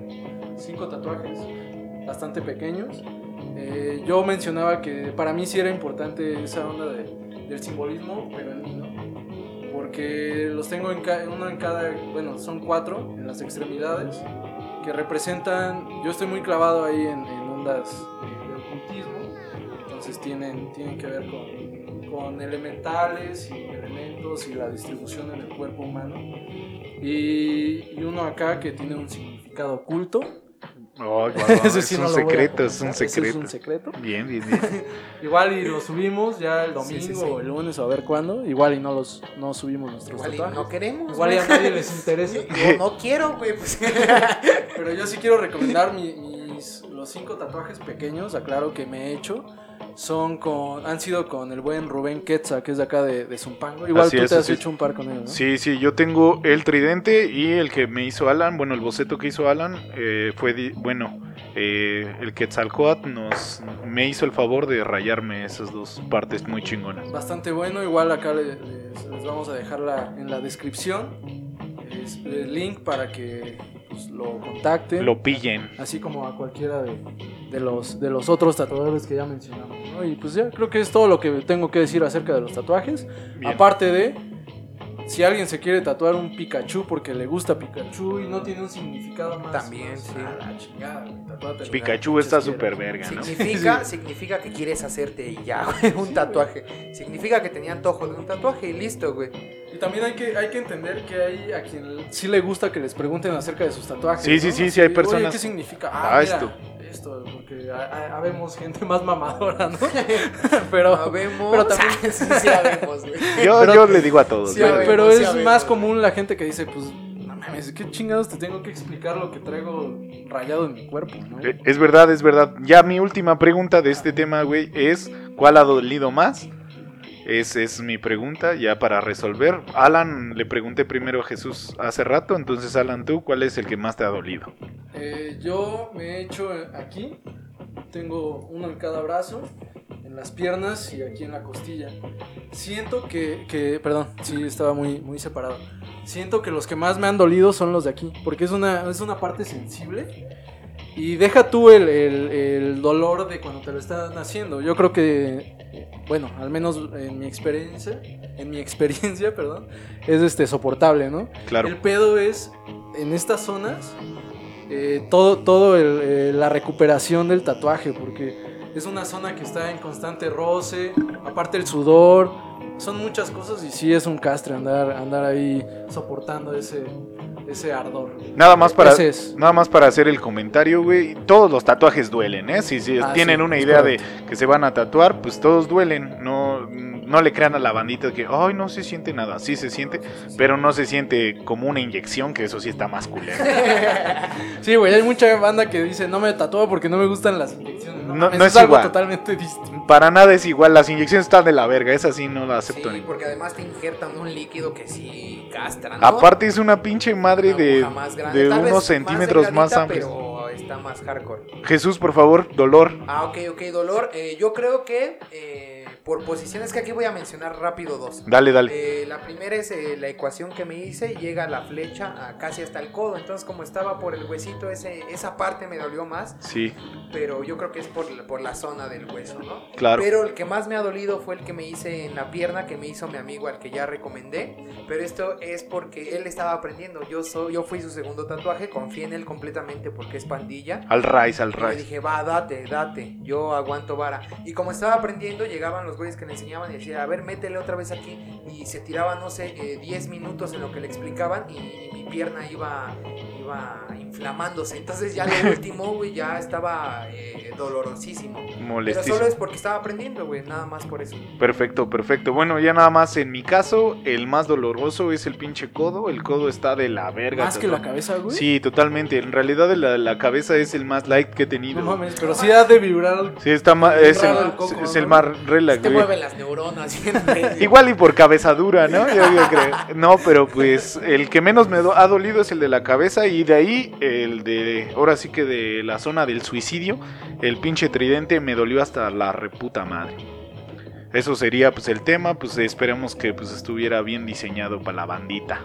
cinco tatuajes, bastante pequeños. Eh, yo mencionaba que para mí sí era importante esa onda de- del simbolismo, pero en mí no. Porque los tengo en ca- uno en cada, bueno, son cuatro en las extremidades, que representan, yo estoy muy clavado ahí en, en ondas eh, de ocultismo, entonces tienen, tienen que ver con, con elementales y elementos y la distribución en el cuerpo humano y, y uno acá que tiene un significado oculto. Ese sí Ah, es, un no lo voy a secreto, es comentar, un ese secreto, un secreto. Bien, bien, bien. Igual y lo subimos ya el Sí, domingo sí, sí. o el lunes o a ver cuándo. Igual y no los no subimos nuestros Igual y tatuajes. no queremos. Igual y a güey. nadie les interesa. Yo no quiero, güey. pues. Pero yo sí quiero recomendar mi- mis los cinco tatuajes pequeños, aclaro que me he hecho. Son con, han sido con el buen Rubén Quetza, que es de acá de, de Zumpango. Igual Así tú es, te has así es. hecho un par con él, ¿no? Sí, sí, yo tengo el tridente y el que me hizo Alan, bueno, el boceto que hizo Alan eh, fue, di- bueno, eh, el Quetzalcoatl nos, me hizo el favor de rayarme esas dos partes muy chingonas. bastante bueno. Igual acá le- les, les vamos a dejar la- en la descripción es- el link para que pues, lo contacten. Lo pillen. Así como a cualquiera de, de los, de los otros tatuadores que ya mencionamos. ¿no? Y pues ya creo que es todo lo que tengo que decir acerca de los tatuajes. Bien. Aparte de, si alguien se quiere tatuar un Pikachu porque le gusta Pikachu y no tiene un significado más. También, más- sí. a la chingada, güey, tatúatelo lo Pues Pikachu que está pinches súper quieras. verga, ¿no? Significa, significa que quieres hacerte y ya, güey, un tatuaje. Significa que tenía antojo de un tatuaje y listo, güey. Y también hay que, hay que entender que hay a quien sí le gusta que les pregunten acerca de sus tatuajes. Sí, sí, ¿no? sí, sí, Así, hay "Oye, personas- ¿Qué significa? Ah, Ah, esto. esto. Esto, porque ha- ha- habemos gente más mamadora, ¿no? pero Habemos- pero también- sí, sí habemos, güey. Yo, Pero- yo le digo a todos. Sí, yo pero, le- habemos, pero sí es habemos. más común la gente que dice, pues, no mames, ¿qué chingados te tengo que explicar lo que traigo rayado en mi cuerpo, no? Eh, Es verdad, es verdad. Ya mi última pregunta de este tema, güey, es ¿cuál ha dolido más? Esa es mi pregunta, ya para resolver. Alan, le pregunté primero a Jesús hace rato, entonces Alan, tú, ¿cuál es el que más te ha dolido? Eh, yo me he hecho aquí, tengo uno en cada brazo, en las piernas y aquí en la costilla. Siento que, que- perdón, sí, estaba muy, muy separado. Siento que los que más me han dolido son los de aquí, porque es una, es una parte sensible. Y deja tú el, el- el dolor de cuando te lo están haciendo. Yo creo que, eh, bueno, al menos en mi experiencia, en mi experiencia, perdón, es este soportable, ¿no? Claro, El pedo es, en estas zonas, eh, todo, todo el, eh, la recuperación del tatuaje, porque es una zona que está en constante roce, aparte el sudor, son muchas cosas y sí es un castre andar, andar ahí soportando ese, ese ardor. Nada más para, Ese es. nada más para hacer el comentario, güey. Todos los tatuajes duelen, ¿eh? Si, si Ah, tienen sí, una es idea de que se van a tatuar, pues todos duelen. No, no le crean a la bandita que, ay, no se siente nada. Sí se siente, pero no se siente como una inyección, que eso sí está más culero. Sí, güey, hay mucha banda que dice no me tatúo porque no me gustan las inyecciones. No, No- mames, no es, es algo igual. totalmente distinto. para nada es igual, las inyecciones están de la verga, esa sí no la acepto. Sí, ni- porque además te injertan un líquido que sí castra. ¿no? Aparte es una pinche madre Una de, aguja más grande, de tal vez unos centímetros más delgadita, amplios. Pero está más hardcore. Jesús, por favor, dolor. Ah, ok, ok, dolor. Eh, yo creo que eh, por posiciones que aquí voy a mencionar rápido dos. Dale, dale. Eh, la primera es eh, la ecuación que me hice, llega la flecha a casi hasta el codo, entonces como estaba por el huesito, ese, esa parte me dolió más, Sí, pero yo creo que es por, la- por la zona del hueso, ¿no? claro. Pero el que más me ha dolido fue el que me hice en la pierna, que me hizo mi amigo al que ya recomendé, pero esto es porque él estaba aprendiendo, yo, soy, yo fui su segundo tatuaje, confié en él completamente porque es pandilla, Al Rice, al y le Rice. dije, va, date, date, yo aguanto vara. Y como estaba aprendiendo, llegaban los güeyes que le enseñaban y decían, a ver, métele otra vez aquí. Y se tiraba, no sé, eh, 10 minutos en lo que le explicaban y, y mi pierna iba, iba inflamándose. Entonces ya lo último, güey, ya estaba eh, dolorosísimo. Pero Molestísimo. solo es porque estaba aprendiendo, güey, nada más por eso. Perfecto, perfecto. Bueno, ya nada más en mi caso, el más doloroso es el pinche codo. El codo está de la verga. Más que la total- cabeza, güey. Sí, totalmente. En realidad la, la cabeza es el más light que he No tenido. mames, pero sí ha de vibrar. sí, está más, Qué es, el, raro el coco, es ¿no? el más relax, Te güey. mueven las neuronas. Igual y por cabeza dura, ¿no? Yo, yo creo. No, pero pues el que menos me do- ha dolido es el de la cabeza y de ahí el de, ahora sí que de la zona del suicidio, el pinche tridente me dolió hasta la reputa madre. Eso sería pues el tema, pues esperemos que pues estuviera bien diseñado para la bandita.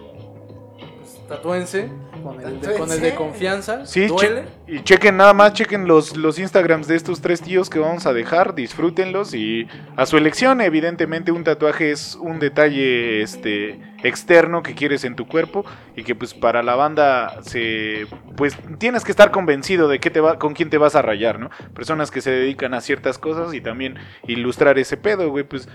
Pues, tatúense con el, de, con el Tatúense. de confianza. Sí, duele. che- y chequen nada más, chequen los, los Instagrams de estos tres tíos que vamos a dejar, disfrútenlos y a su elección, evidentemente un tatuaje es un detalle este externo que quieres en tu cuerpo y que pues para la banda se pues tienes que estar convencido de qué te va, con quién te vas a rayar, ¿no? Personas que se dedican a ciertas cosas y también ilustrar ese pedo, güey, pues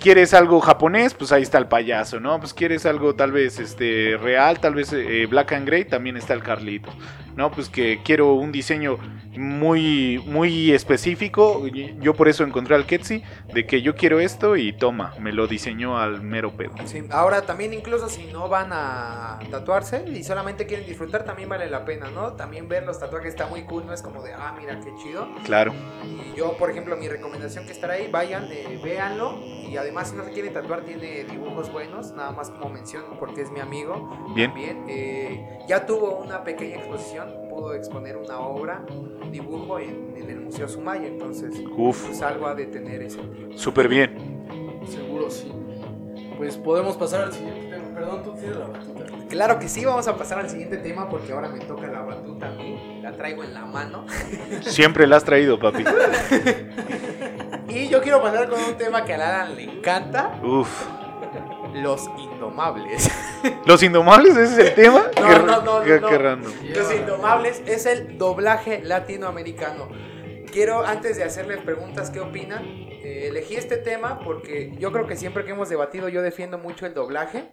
quieres algo japonés, pues ahí está el payaso, ¿no? Pues quieres algo tal vez este real, tal vez eh, black and gray, también está el Carlito. No, pues que quiero un diseño muy muy específico, y yo por eso encontré al Ketsi de que yo quiero esto y toma, me lo diseñó al mero pedo. Sí, ahora también incluso si no van a tatuarse y solamente quieren disfrutar, también vale la pena, ¿no? También ver los tatuajes está muy cool, no es como de, ah, mira, qué chido. Claro. Y yo, por ejemplo, mi recomendación que estará ahí, vayan, eh, véanlo. Y además, si no se quieren tatuar, tiene dibujos buenos, nada más como mención, porque es mi amigo. Bien. También, eh, ya tuvo una pequeña exposición, pudo exponer una obra, un dibujo en, en el Museo Sumaya, entonces, Uf, pues algo ha de tener ese tío. súper bien. Seguro sí. Pues podemos pasar al siguiente tema. Perdón, tú tienes la batuta. Claro que sí, vamos a pasar al siguiente tema porque ahora me toca la batuta a mí, la traigo en la mano. Siempre la has traído, papi. Y yo quiero pasar con un tema que a Alan le encanta, Uf. los indomables. ¿Los indomables ese es el tema? No, Qué- no, no, no, qué- no. qué random. Los Indomables es el doblaje latinoamericano. Quiero, antes de hacerles preguntas, ¿qué opinan? Eh, elegí este tema porque yo creo que siempre que hemos debatido yo defiendo mucho el doblaje.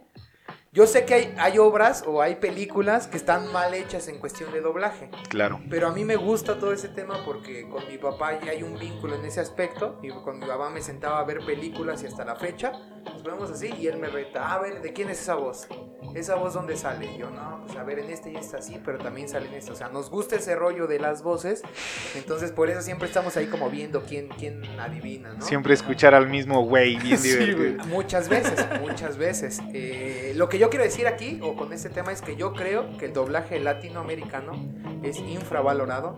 Yo sé que hay, hay obras o hay películas que están mal hechas en cuestión de doblaje, Claro. pero a mí me gusta todo ese tema porque con mi papá ya hay un vínculo en ese aspecto y con mi papá me sentaba a ver películas y hasta la fecha nos vemos así y él me reta, a ver, ¿de quién es esa voz? ¿Esa voz dónde sale? Y yo, no, pues a ver, en este y esta sí, pero también sale en esta. O sea, nos gusta ese rollo de las voces, entonces por eso siempre estamos ahí como viendo quién, quién adivina, ¿no? Siempre escuchar al mismo güey bien Sí, divertido. güey. Muchas veces, muchas veces. Eh, lo que yo quiero decir aquí, o con este tema, es que yo creo que el doblaje latinoamericano es infravalorado.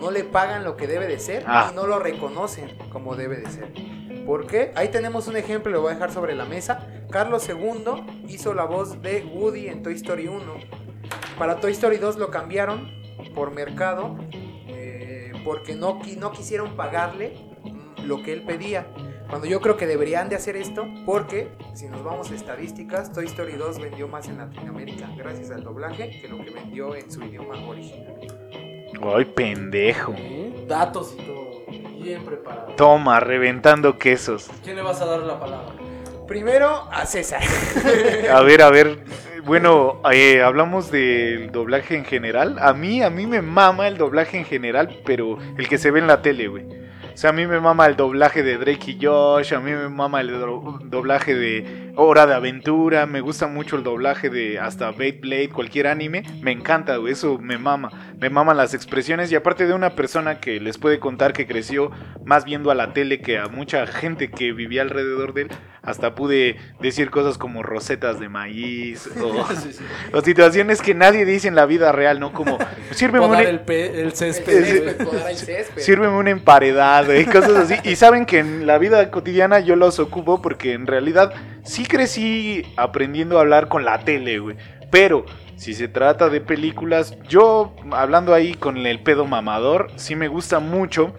No le pagan lo que debe de ser Ah. y no lo reconocen como debe de ser. ¿Por qué? Ahí tenemos un ejemplo, lo voy a dejar sobre la mesa. Carlos II hizo la voz de Woody en Toy Story 1. Para Toy Story 2 lo cambiaron por mercado eh, porque no, qui- no quisieron pagarle mm, lo que él pedía. Cuando yo creo que deberían de hacer esto, porque si nos vamos a estadísticas, Toy Story 2 vendió más en Latinoamérica gracias al doblaje que lo que vendió en su idioma original. Ay, pendejo. ¿Eh? Datos y todo. Bien preparado. Toma, reventando quesos. ¿Quién le vas a dar la palabra? Primero a César. A ver, a ver. Bueno, eh, hablamos del doblaje en general. A mí, a mí me mama el doblaje en general, pero el que se ve en la tele, güey. O sea, a mí me mama el doblaje de Drake y Josh, a mí me mama el do- doblaje de Hora de Aventura, me gusta mucho el doblaje de hasta Beyblade, cualquier anime, me encanta, güey, eso me mama, me maman las expresiones y aparte de una persona que les puede contar que creció más viendo a la tele que a mucha gente que vivía alrededor de él, hasta pude decir cosas como rosetas de maíz o, Sí, sí. o situaciones que nadie dice en la vida real, ¿no? Como, sírveme Podar un, e-". el, pe- el El césped. césped, güey. podar el césped. Sírveme un emparedado y cosas así. Y saben que en la vida cotidiana yo los ocupo porque en realidad sí crecí aprendiendo a hablar con la tele, güey. Pero si se trata de películas, yo hablando ahí con el pedo mamador, sí me gusta mucho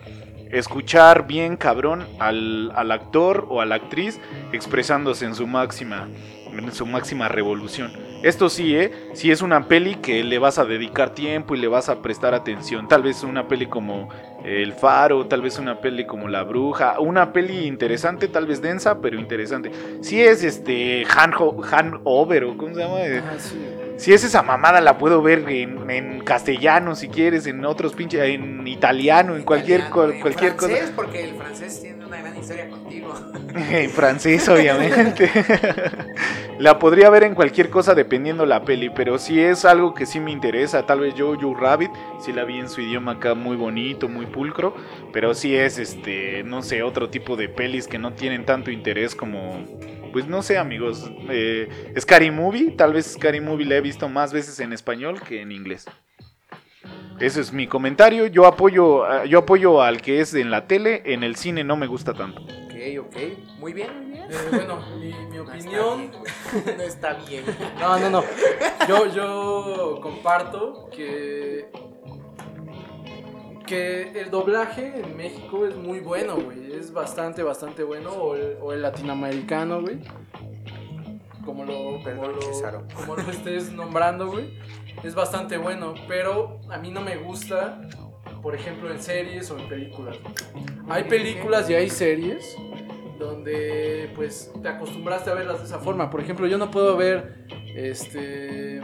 escuchar bien cabrón al, al actor o a la actriz expresándose en su máxima en su máxima revolución. Esto sí, ¿eh? Sí es una peli que le vas a dedicar tiempo y le vas a prestar atención. Tal vez una peli como eh, El Faro, tal vez una peli como La Bruja, una peli interesante, tal vez densa, pero interesante. Si es este Hanho- Hanover o ¿cómo se llama? Eh, Ah, sí. Si es esa mamada la puedo ver en, en castellano si quieres, en otros pinches, en italiano, en cualquier, Italiano, cual- en cualquier cosa. francés, porque el francés tiene una gran historia contigo. En francés, obviamente. la podría ver en cualquier cosa dependiendo la peli, pero si es algo que sí me interesa, tal vez yo, You Rabbit, si la vi en su idioma acá muy bonito, muy pulcro, pero si es, este, no sé, otro tipo de pelis que no tienen tanto interés como... Pues no sé, amigos. Eh, Scary Movie, tal vez Scary Movie la he visto más veces en español que en inglés. Ese es mi comentario. Yo apoyo, a- yo apoyo al que es en la tele, en el cine no me gusta tanto. Ok, ok. Muy bien, muy bien. Eh, bueno, mi, mi No está opinión. bien. No está bien. No, no, no. Yo, yo comparto que. Que el doblaje en México es muy bueno, güey. Es bastante, bastante bueno. O el, o el latinoamericano, güey. Como lo, como Perdón, Cesaro. lo, como lo estés nombrando, güey. Es bastante bueno. Pero a mí no me gusta, por ejemplo, en series o en películas. Hay películas y hay series donde pues te acostumbraste a verlas de esa forma. Por ejemplo, yo no puedo ver este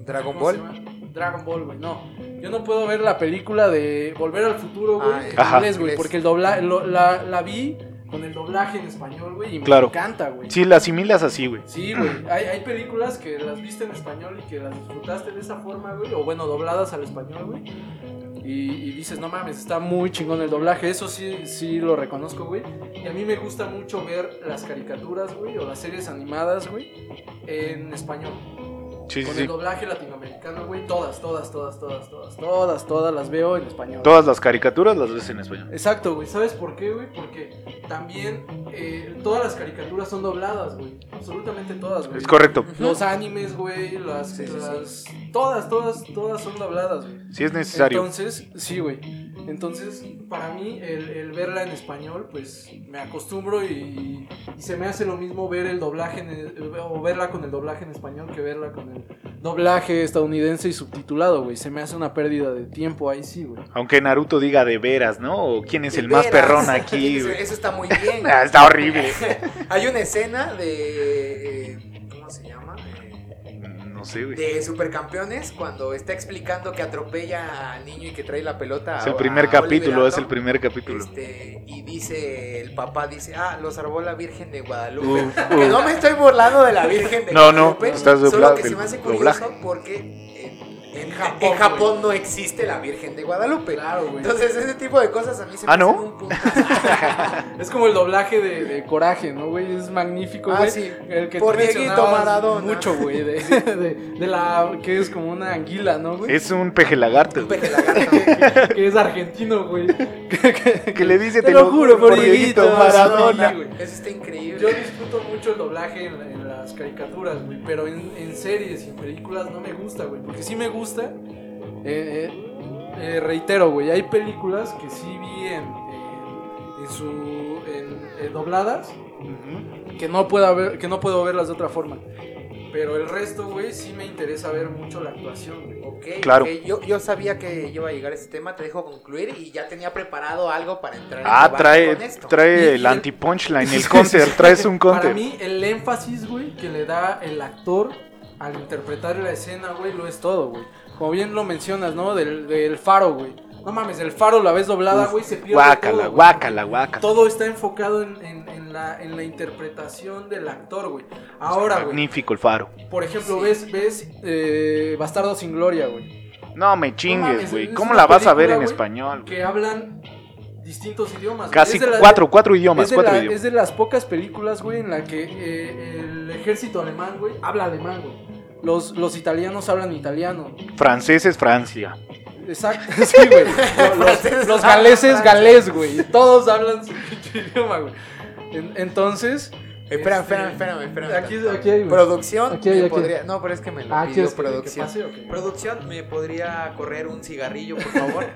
Dragon ¿cómo Ball. se llama? Dragon Ball, güey, no. Yo no puedo ver la película de Volver al futuro, güey, Ah, en Ajá. inglés, güey, inglés. porque el dobla lo- la, la vi con el doblaje en español, güey, y me Claro. encanta, güey. Sí, la asimilas así, güey. Sí, güey. Hay, hay películas que las viste en español y que las disfrutaste de esa forma, güey. O bueno, dobladas al español, güey. Y, y dices, no mames, está muy chingón el doblaje. Eso sí, sí lo reconozco, güey. Y a mí me gusta mucho ver las caricaturas, güey, o las series animadas, güey, en español. Sí, sí, Con sí. el doblaje latinoamericano, güey. Todas, todas, todas, todas, todas, todas, todas las veo en español. Todas las caricaturas las ves en español. Exacto, güey. ¿Sabes por qué, güey? Porque también eh, todas las caricaturas son dobladas, güey. Absolutamente todas, güey. Es correcto. Los animes, güey, las, Sí, sí, sí. las- Todas, todas, todas son dobladas, güey. Si es necesario. Entonces, sí, güey. Entonces, para mí, el, el verla en español, pues me acostumbro y, y se me hace lo mismo ver el doblaje en el- eh, o verla con el doblaje en español que verla con el doblaje estadounidense y subtitulado, güey. Se me hace una pérdida de tiempo ahí, sí, güey. Aunque Naruto diga de veras, ¿no? O quién es De el más veras. perrón aquí, Eso- güey. Eso está muy bien. Ah, Está horrible. Hay una escena de. eh, ¿Cómo se llama? Eh, No sé, güey. De Supercampeones, cuando está explicando que atropella al niño y que trae la pelota. a- Es Ah, el a primer Oliver capítulo, es el Atom. primer capítulo. Este, y dice, el papá dice, ah, lo salvó la Virgen de Guadalupe. Uf, Que no me estoy burlando de la Virgen de No, no, Guadalupe. estás Solo doblado que se del me hace curioso doblaje. porque en, en Ja- en Japón, Japón, no existe la Virgen de Guadalupe. Claro, güey. Entonces ese tipo de cosas a mí se me Ah, ¿no? hacen un puntazo. Es como el doblaje de, de Coraje, ¿no, güey? Es magnífico, Ah, güey. sí. El que Por tú Dieguito mencionabas Maradona. Mucho, güey. De, de- de la. que es como una anguila, ¿no, güey? Es un peje lagarto. güey, Peje lagarto. Que es argentino, güey. Que- que- Que le dice, Te lo juro por Dieguito Maradona. Sí, güey. Eso está increíble. Yo disfruto mucho el doblaje en, en las caricaturas, güey. Pero en, en series y en películas no me gusta, güey. Porque sí me gusta. eh, eh, eh, reitero, güey. Hay películas que sí vi en, en- en su. en- en dobladas. Ujú. que no pueda ver, que no puedo verlas de otra forma. Pero el resto, güey, sí me interesa ver mucho la actuación, güey. Ok, Claro. ok, Yo, yo sabía que iba a llegar a este tema, te dejo concluir y ya tenía preparado algo para entrar en Ah, debate trae, con esto. Y- trae y el- el anti-punchline, el counter, traes un Para counter. mí, el énfasis, güey, que le da el actor al interpretar la escena, güey, lo es todo, güey. Como bien lo mencionas, ¿no? Del, del faro, güey. No mames, el faro la ves doblada, Uf, güey, se pierde Guácala, todo, güey. guácala, guácala. Todo está enfocado en, en- en la, en la interpretación del actor, güey. Ahora, güey, Magnífico el faro. por ejemplo, ves, ves eh, Bastardo sin Gloria, güey. No me No chingues, mames, güey. es ¿Cómo una la vas a ver en película, güey, español? güey? Que hablan distintos idiomas. güey. Casi Es de la- cuatro, cuatro idiomas, es de, cuatro la- idiomas. es de las pocas películas, güey, en la que eh, el ejército alemán, güey, habla alemán, güey. Los, los italianos hablan italiano. Francés es Francia. Exacto, sí, güey. Los- Los, los galeses, galés, güey. Todos hablan su pinche idioma, güey. En- entonces. Espera, este, espera, espérame, espérame. Aquí, aquí hay, güey. Producción, Aquí hay, me aquí hay. podría- No, pero es que me lo Ah, pidió ¿quieres que- que producción. pase o qué? Producción, ¿me podría correr un cigarrillo, por favor?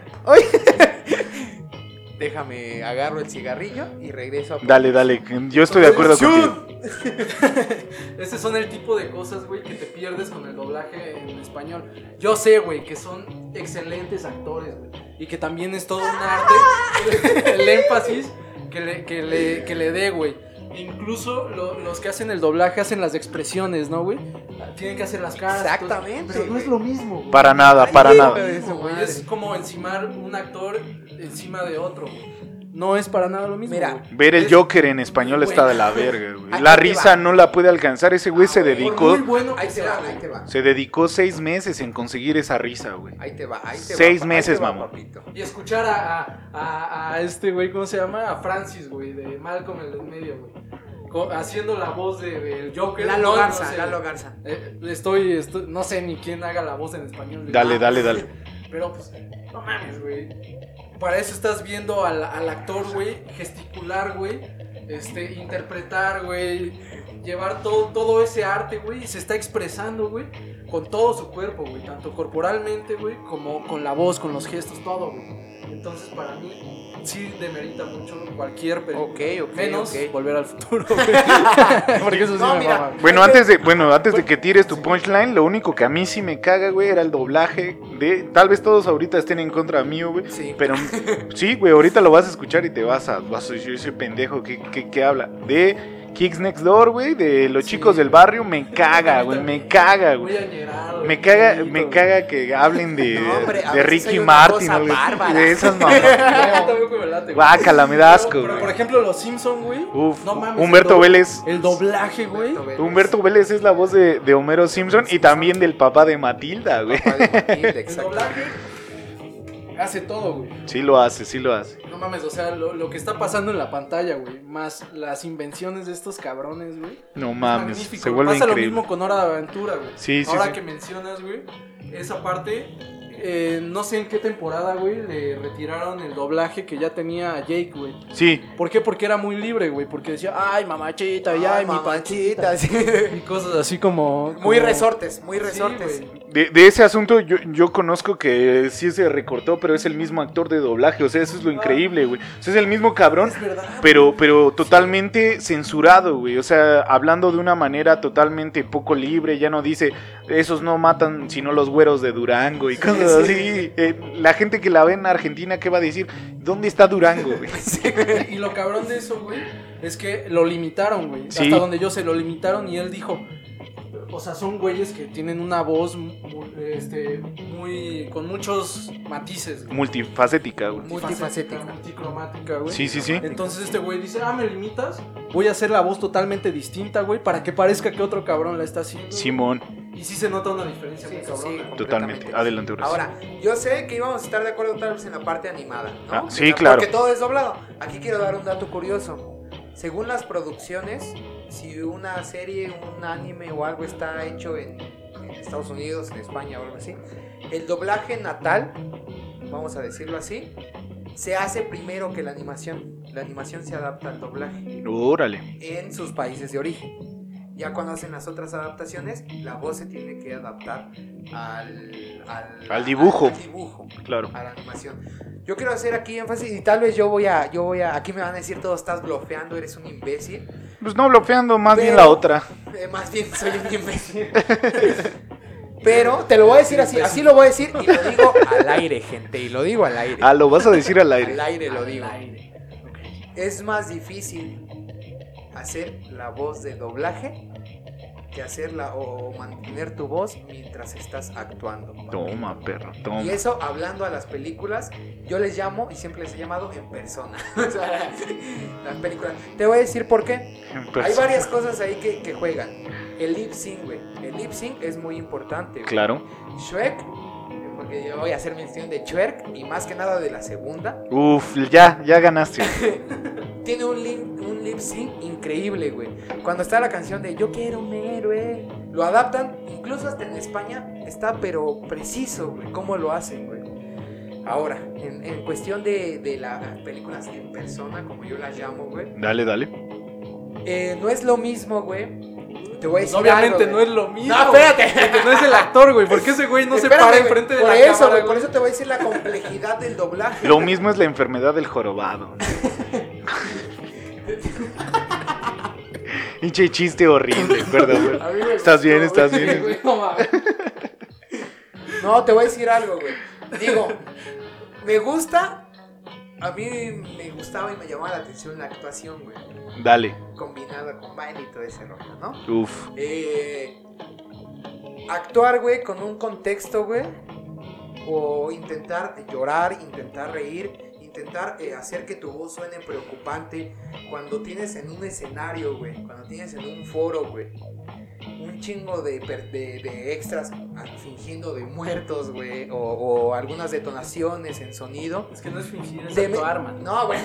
Déjame, agarro el cigarrillo y regreso a... Dale, dale. Yo estoy de acuerdo contigo. Ese son el tipo de cosas, güey, que te pierdes con el doblaje en español. Yo sé, güey, que son excelentes actores, güey. Y que también es todo un arte el énfasis que le, que le, que le dé, güey. Incluso lo- los que hacen el doblaje hacen las expresiones, ¿no, güey? Tienen que hacer las caras. todo eso. Exactamente, Pero no es güey. lo mismo, güey. Para nada, para Ay, nada. pero- Es lo mismo, güey. Es como encimar un actor encima de otro, güey. No es para nada lo mismo. Mira, güey. Ver el Es- Joker en español está de la verga, güey. La Ahí te va. risa no la puede alcanzar. Ese güey se dedicó, Ah, Por muy bueno que Ahí te sea, va, güey. ahí te va. se dedicó seis meses en conseguir esa risa, güey. Ahí te va, ahí te va. Seis pa- ahí meses, te va, mamón. papito. Y escuchar a, a- a- a este güey, ¿cómo se llama? A Francis, güey, de Malcolm el del medio, güey. Co- Haciendo la voz de- del Joker. Lalo No, no Garza, sé, Lalo güey. Garza. Eh, estoy, estoy- no sé ni quién haga la voz en español. güey. Dale, Ah, dale, dale. Pero pues, no mames, güey. Para eso estás viendo al, al actor, güey, gesticular, güey, este, interpretar, güey, llevar todo, todo ese arte, güey, y se está expresando, güey, con todo su cuerpo, güey, tanto corporalmente, güey, como con la voz, con los gestos, todo, güey. Entonces, para mí, sí demerita mucho cualquier película. Ok, ok, Menos ok. volver al futuro, güey. Porque eso sí No, me mira, mama. Bueno, antes de, bueno, antes de que tires tu punchline, lo único que a mí sí me caga, güey, era el doblaje de. Tal vez todos ahorita estén en contra mío, güey. Sí. Pero sí, güey, ahorita lo vas a escuchar y te vas a. Vas a decir ese pendejo que, que- que habla. De Kicks Next Door, güey. De los Sí. chicos del barrio. Me caga, güey. Me caga, Muy güey. añerado, Me güey, caga, bonito, me güey. caga que hablen de, No, hombre, a de veces hay Ricky una Martin cosa güey, bárbara. de esas mamás. A mí tampoco me late, güey. Guácala, me da asco, Pero, güey. Por ejemplo, los Simpson, güey. Uf, No mames, Humberto el do- Vélez. El doblaje, güey. Humberto Vélez. Humberto Vélez es la voz de, de Homero Simpson y también del papá de Matilda, güey. Papá de Matilda, El exacto. doblaje hace todo, güey. Sí lo hace, sí lo hace. No mames, o sea, lo, lo que está pasando en la pantalla, güey. Más las invenciones de estos cabrones, güey. No es mames, magnífico. se vuelve Pasa increíble. lo mismo con Hora de Aventura, güey. Sí, sí, Ahora sí. que mencionas, güey, esa parte, eh, no sé en qué temporada, güey, le retiraron el doblaje que ya tenía a Jake, güey. Sí, ¿Por qué? Porque era muy libre, güey. Porque decía, ay, mamachita, y ay, mi panchita. mamachita, sí. Y cosas así como. Muy como- resortes, muy Sí, resortes. güey. de, de ese asunto yo, yo conozco que sí se recortó, pero es el mismo actor de doblaje, o sea, eso es lo increíble, güey. O sea, es el mismo cabrón, Es verdad. pero, pero totalmente censurado, güey. O sea, hablando de una manera totalmente poco libre, ya no dice, esos no matan sino los güeros de Durango y cosas sí. así. Eh, la gente que la ve en Argentina, ¿qué va a decir? ¿Dónde está Durango, güey? Y lo cabrón de eso, güey, es que lo limitaron, güey. Sí. Hasta donde yo sé, lo limitaron y él dijo. O sea, son güeyes que tienen una voz mu- este, muy. con muchos matices, güey. Multifacética, güey. Multifacética. Multicromática, güey. Sí, sí, sí. Entonces este güey dice, ah, me limitas. Voy a hacer la voz totalmente distinta, güey, para que parezca que otro cabrón la está haciendo. Simón, Y sí se nota una diferencia muy cabrona. Sí, totalmente. completamente. Adelante, Horacio. Ahora, yo sé que íbamos a estar de acuerdo tal vez en la parte animada, ¿no? Ah, sí, Que la- claro. Porque todo es doblado. Aquí quiero dar un dato curioso. Según las producciones, si una serie, un anime o algo está hecho en, en Estados Unidos, en España o algo así, el doblaje natal, vamos a decirlo así, se hace primero que la animación. La animación se adapta al doblaje Órale. en sus países de origen. Ya cuando hacen las otras adaptaciones, la voz se tiene que adaptar al, al, Al dibujo. al dibujo, Claro. a la animación. Yo quiero hacer aquí énfasis y tal vez yo voy a, yo voy a, aquí me van a decir todos estás bloqueando, eres un imbécil. Pues no, bloqueando más bien Pero- la otra. Eh, más bien soy un imbécil. Pero te lo voy a decir así, así lo voy a decir y lo digo al aire, gente, y lo digo al aire. Ah, lo vas a decir al aire. Al aire lo digo. Es más difícil hacer la voz de doblaje que hacerla o o mantener tu voz mientras estás actuando. papito. Toma, perro, Y toma. eso, hablando a las películas, yo les llamo y siempre les he llamado en persona. O sea, las películas. Te voy a decir por qué. Pues Hay varias cosas ahí que, que juegan. El lip sync, güey. El lip sync es muy importante, güey. Claro. Shrek, porque yo voy a hacer mención de Shrek y más que nada de la segunda. Uf, ya, ya ganaste. Tiene un lip, un lip sync increíble, güey. Cuando está la canción de Yo quiero un héroe, lo adaptan, incluso hasta en España está, pero preciso, güey, cómo lo hacen, güey. Ahora, en, en cuestión de, de las películas en persona, como yo las llamo, güey, Dale, dale. eh, no es lo mismo, güey. Te voy a decir Pues Obviamente algo, no güey. es lo mismo. No, espérate. Porque no es el actor, güey. ¿Por qué ese güey no Espérame, se para güey, enfrente de por la eso, cámara? güey, Por eso te voy a decir la complejidad del doblaje. Lo mismo es la enfermedad del jorobado. Hinche chiste horrible, perdón. A güey. mí me Estás gustó, bien, estás güey, bien. güey, no mames. No, te voy a decir algo, güey. Digo, me gusta. A mí me gustaba y me llamaba la atención la actuación, güey. Dale. Combinada con baile y todo ese rollo, ¿no? Uf. Eh, actuar, güey, con un contexto, güey. O intentar llorar, intentar reír, intentar eh, hacer que tu voz suene preocupante. Cuando tienes en un escenario, güey. Cuando tienes en un foro, güey. Un chingo de, per- de- de extras ah, fingiendo de muertos, güey. O, o algunas detonaciones en sonido. Es que no es fingir, es Te me- actuar, man. No, bueno.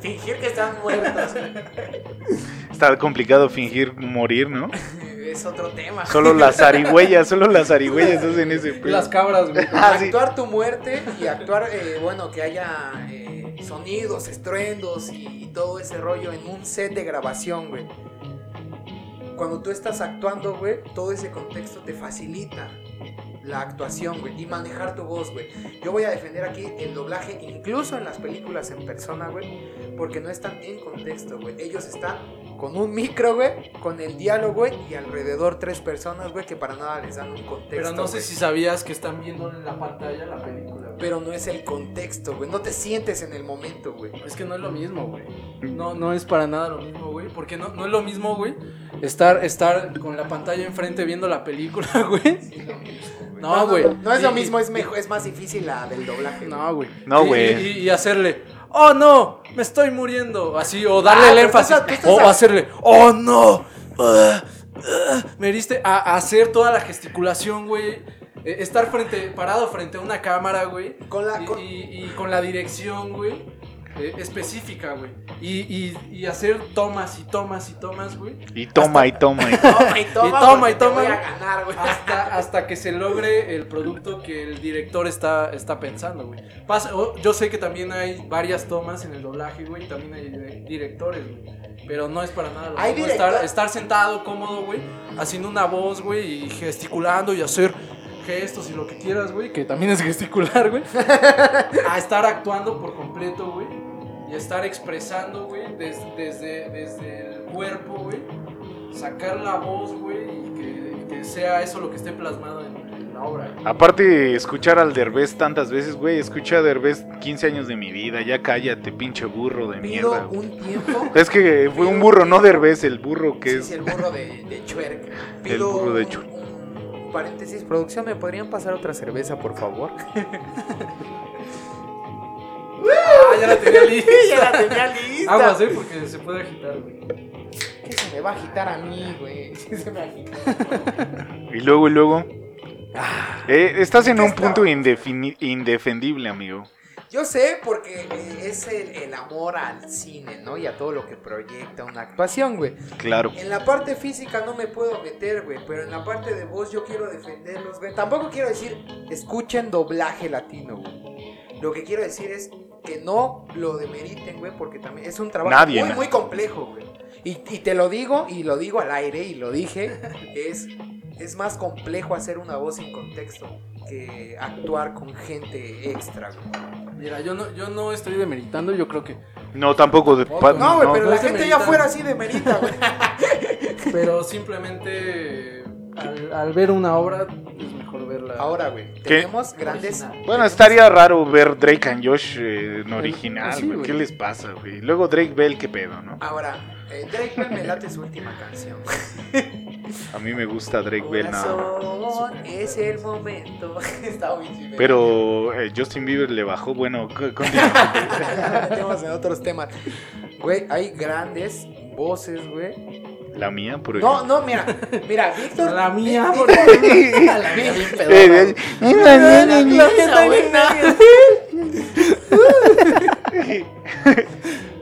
fingir que están muertos. Está complicado fingir morir, ¿no? Es otro tema. Solo las zarigüeyas, solo las zarigüeyas hacen ese pedo. Las cabras, güey. Ah, sí. actuar tu muerte y actuar, eh, bueno, que haya eh, sonidos, estruendos y, y todo ese rollo en un set de grabación, güey. Cuando tú estás actuando, güey, todo ese contexto te facilita la actuación, güey, y manejar tu voz, güey. Yo voy a defender aquí el doblaje, incluso en las películas en persona, güey, porque no están en contexto, güey. Ellos están con un micro, güey, con el diálogo, güey, y alrededor tres personas, güey, que para nada les dan un contexto. Pero no sé güey. si sabías que están viendo en la pantalla la película, güey. Pero no es el contexto, güey. No te sientes en el momento, güey. Es que no es lo mismo, güey. No, no es para nada lo mismo, güey. Porque no, no es lo mismo, güey. Estar, estar con la pantalla enfrente viendo la película, güey. No, güey. No, es lo Y- mismo, es, mejor, es más difícil la del doblaje. No, güey. No, Y- güey. Y, y hacerle, oh no, me estoy muriendo. Así, o darle Ah, el pero tú énfasis. estás- tú estás o a- hacerle, oh no, ah, ah", me heriste. A, a hacer toda la gesticulación, güey. Eh, estar frente, parado frente a una cámara, güey. Con la- Y- con- Y, y con la dirección, güey. eh, específica, güey. Y, y- y hacer tomas y tomas y tomas, güey. Y toma, y toma. Toma y y- toma. Y toma, porque y toma. Te voy a ganar, güey. Ah, Hasta, hasta que se logre el producto que el director está, está pensando, güey. Pasa- o- yo sé que también hay varias tomas en el doblaje, güey. También hay dire- directores, güey. Pero no es para nada lo Hay mismo estar, director- estar sentado cómodo, güey. Haciendo una voz, güey. Y gesticulando y hacer gestos y lo que quieras, güey. Que también es gesticular, güey. a estar actuando por completo, güey. Y estar expresando, güey. des- desde, desde el cuerpo, güey sacar la voz, güey, y que, que sea eso lo que esté plasmado en, en la obra. güey. Aparte, escuchar al Derbez tantas veces, güey. Escucha a Derbez 15 años de mi vida. Ya cállate, pinche burro de Pido mierda. güey. un tiempo. Es que fue un burro, no Derbez, el burro que Sí, es. sí, el burro de, de Chuerk. Pido El burro de un- Chuerk. un Paréntesis, producción, ¿me podrían pasar otra cerveza, por favor? Ah, ya la tenía lista. tenía lista. Aguas, eh, porque se puede agitar, güey. ¿Qué se me va a agitar a mí, güey? Se me agita. Y luego, y luego. Eh, estás en ¿qué un Ah. estaba? punto indefini- indefendible, amigo. Yo sé porque eh, es el, el amor al cine, ¿no? Y a todo lo que proyecta una actuación, güey. Claro. En la parte física no me puedo meter, güey, pero en la parte de voz yo quiero defenderlos, güey. Tampoco quiero decir, escuchen doblaje latino, güey. Lo que quiero decir es que no lo demeriten, güey, porque también es un trabajo Nadie, muy, na- muy complejo, güey. Y, y te lo digo, y lo digo al aire, y lo dije, es, es más complejo hacer una voz sin contexto. que actuar con gente extra, güey. Mira, yo no, yo no estoy demeritando, yo creo que. No, tampoco. de- pa- No, No, güey, pero no la es gente ya demeritante. fuera así de merita, güey. Pero simplemente eh, al, al ver una obra es mejor verla. Ahora, güey, tenemos grandes. Bueno, estaría raro ver Drake and Josh eh, en original, Sí, güey. güey. ¿Qué les pasa, güey? Luego Drake Bell, qué pedo, ¿no? Ahora, eh, Drake Bell me late su última canción. A mí me gusta Drake Bell, nada más. Corazón, es el momento. Está muy chido. Pero eh, Justin Bieber le bajó, bueno, c- continúa. Metemos en otros temas. Güey, hay grandes voces, güey. La mía, por No, ejemplo. no, mira, mira, Víctor. La mía, Víctor- porque. La mía, bien pedorra, Eh, eh, güey. La mía está bien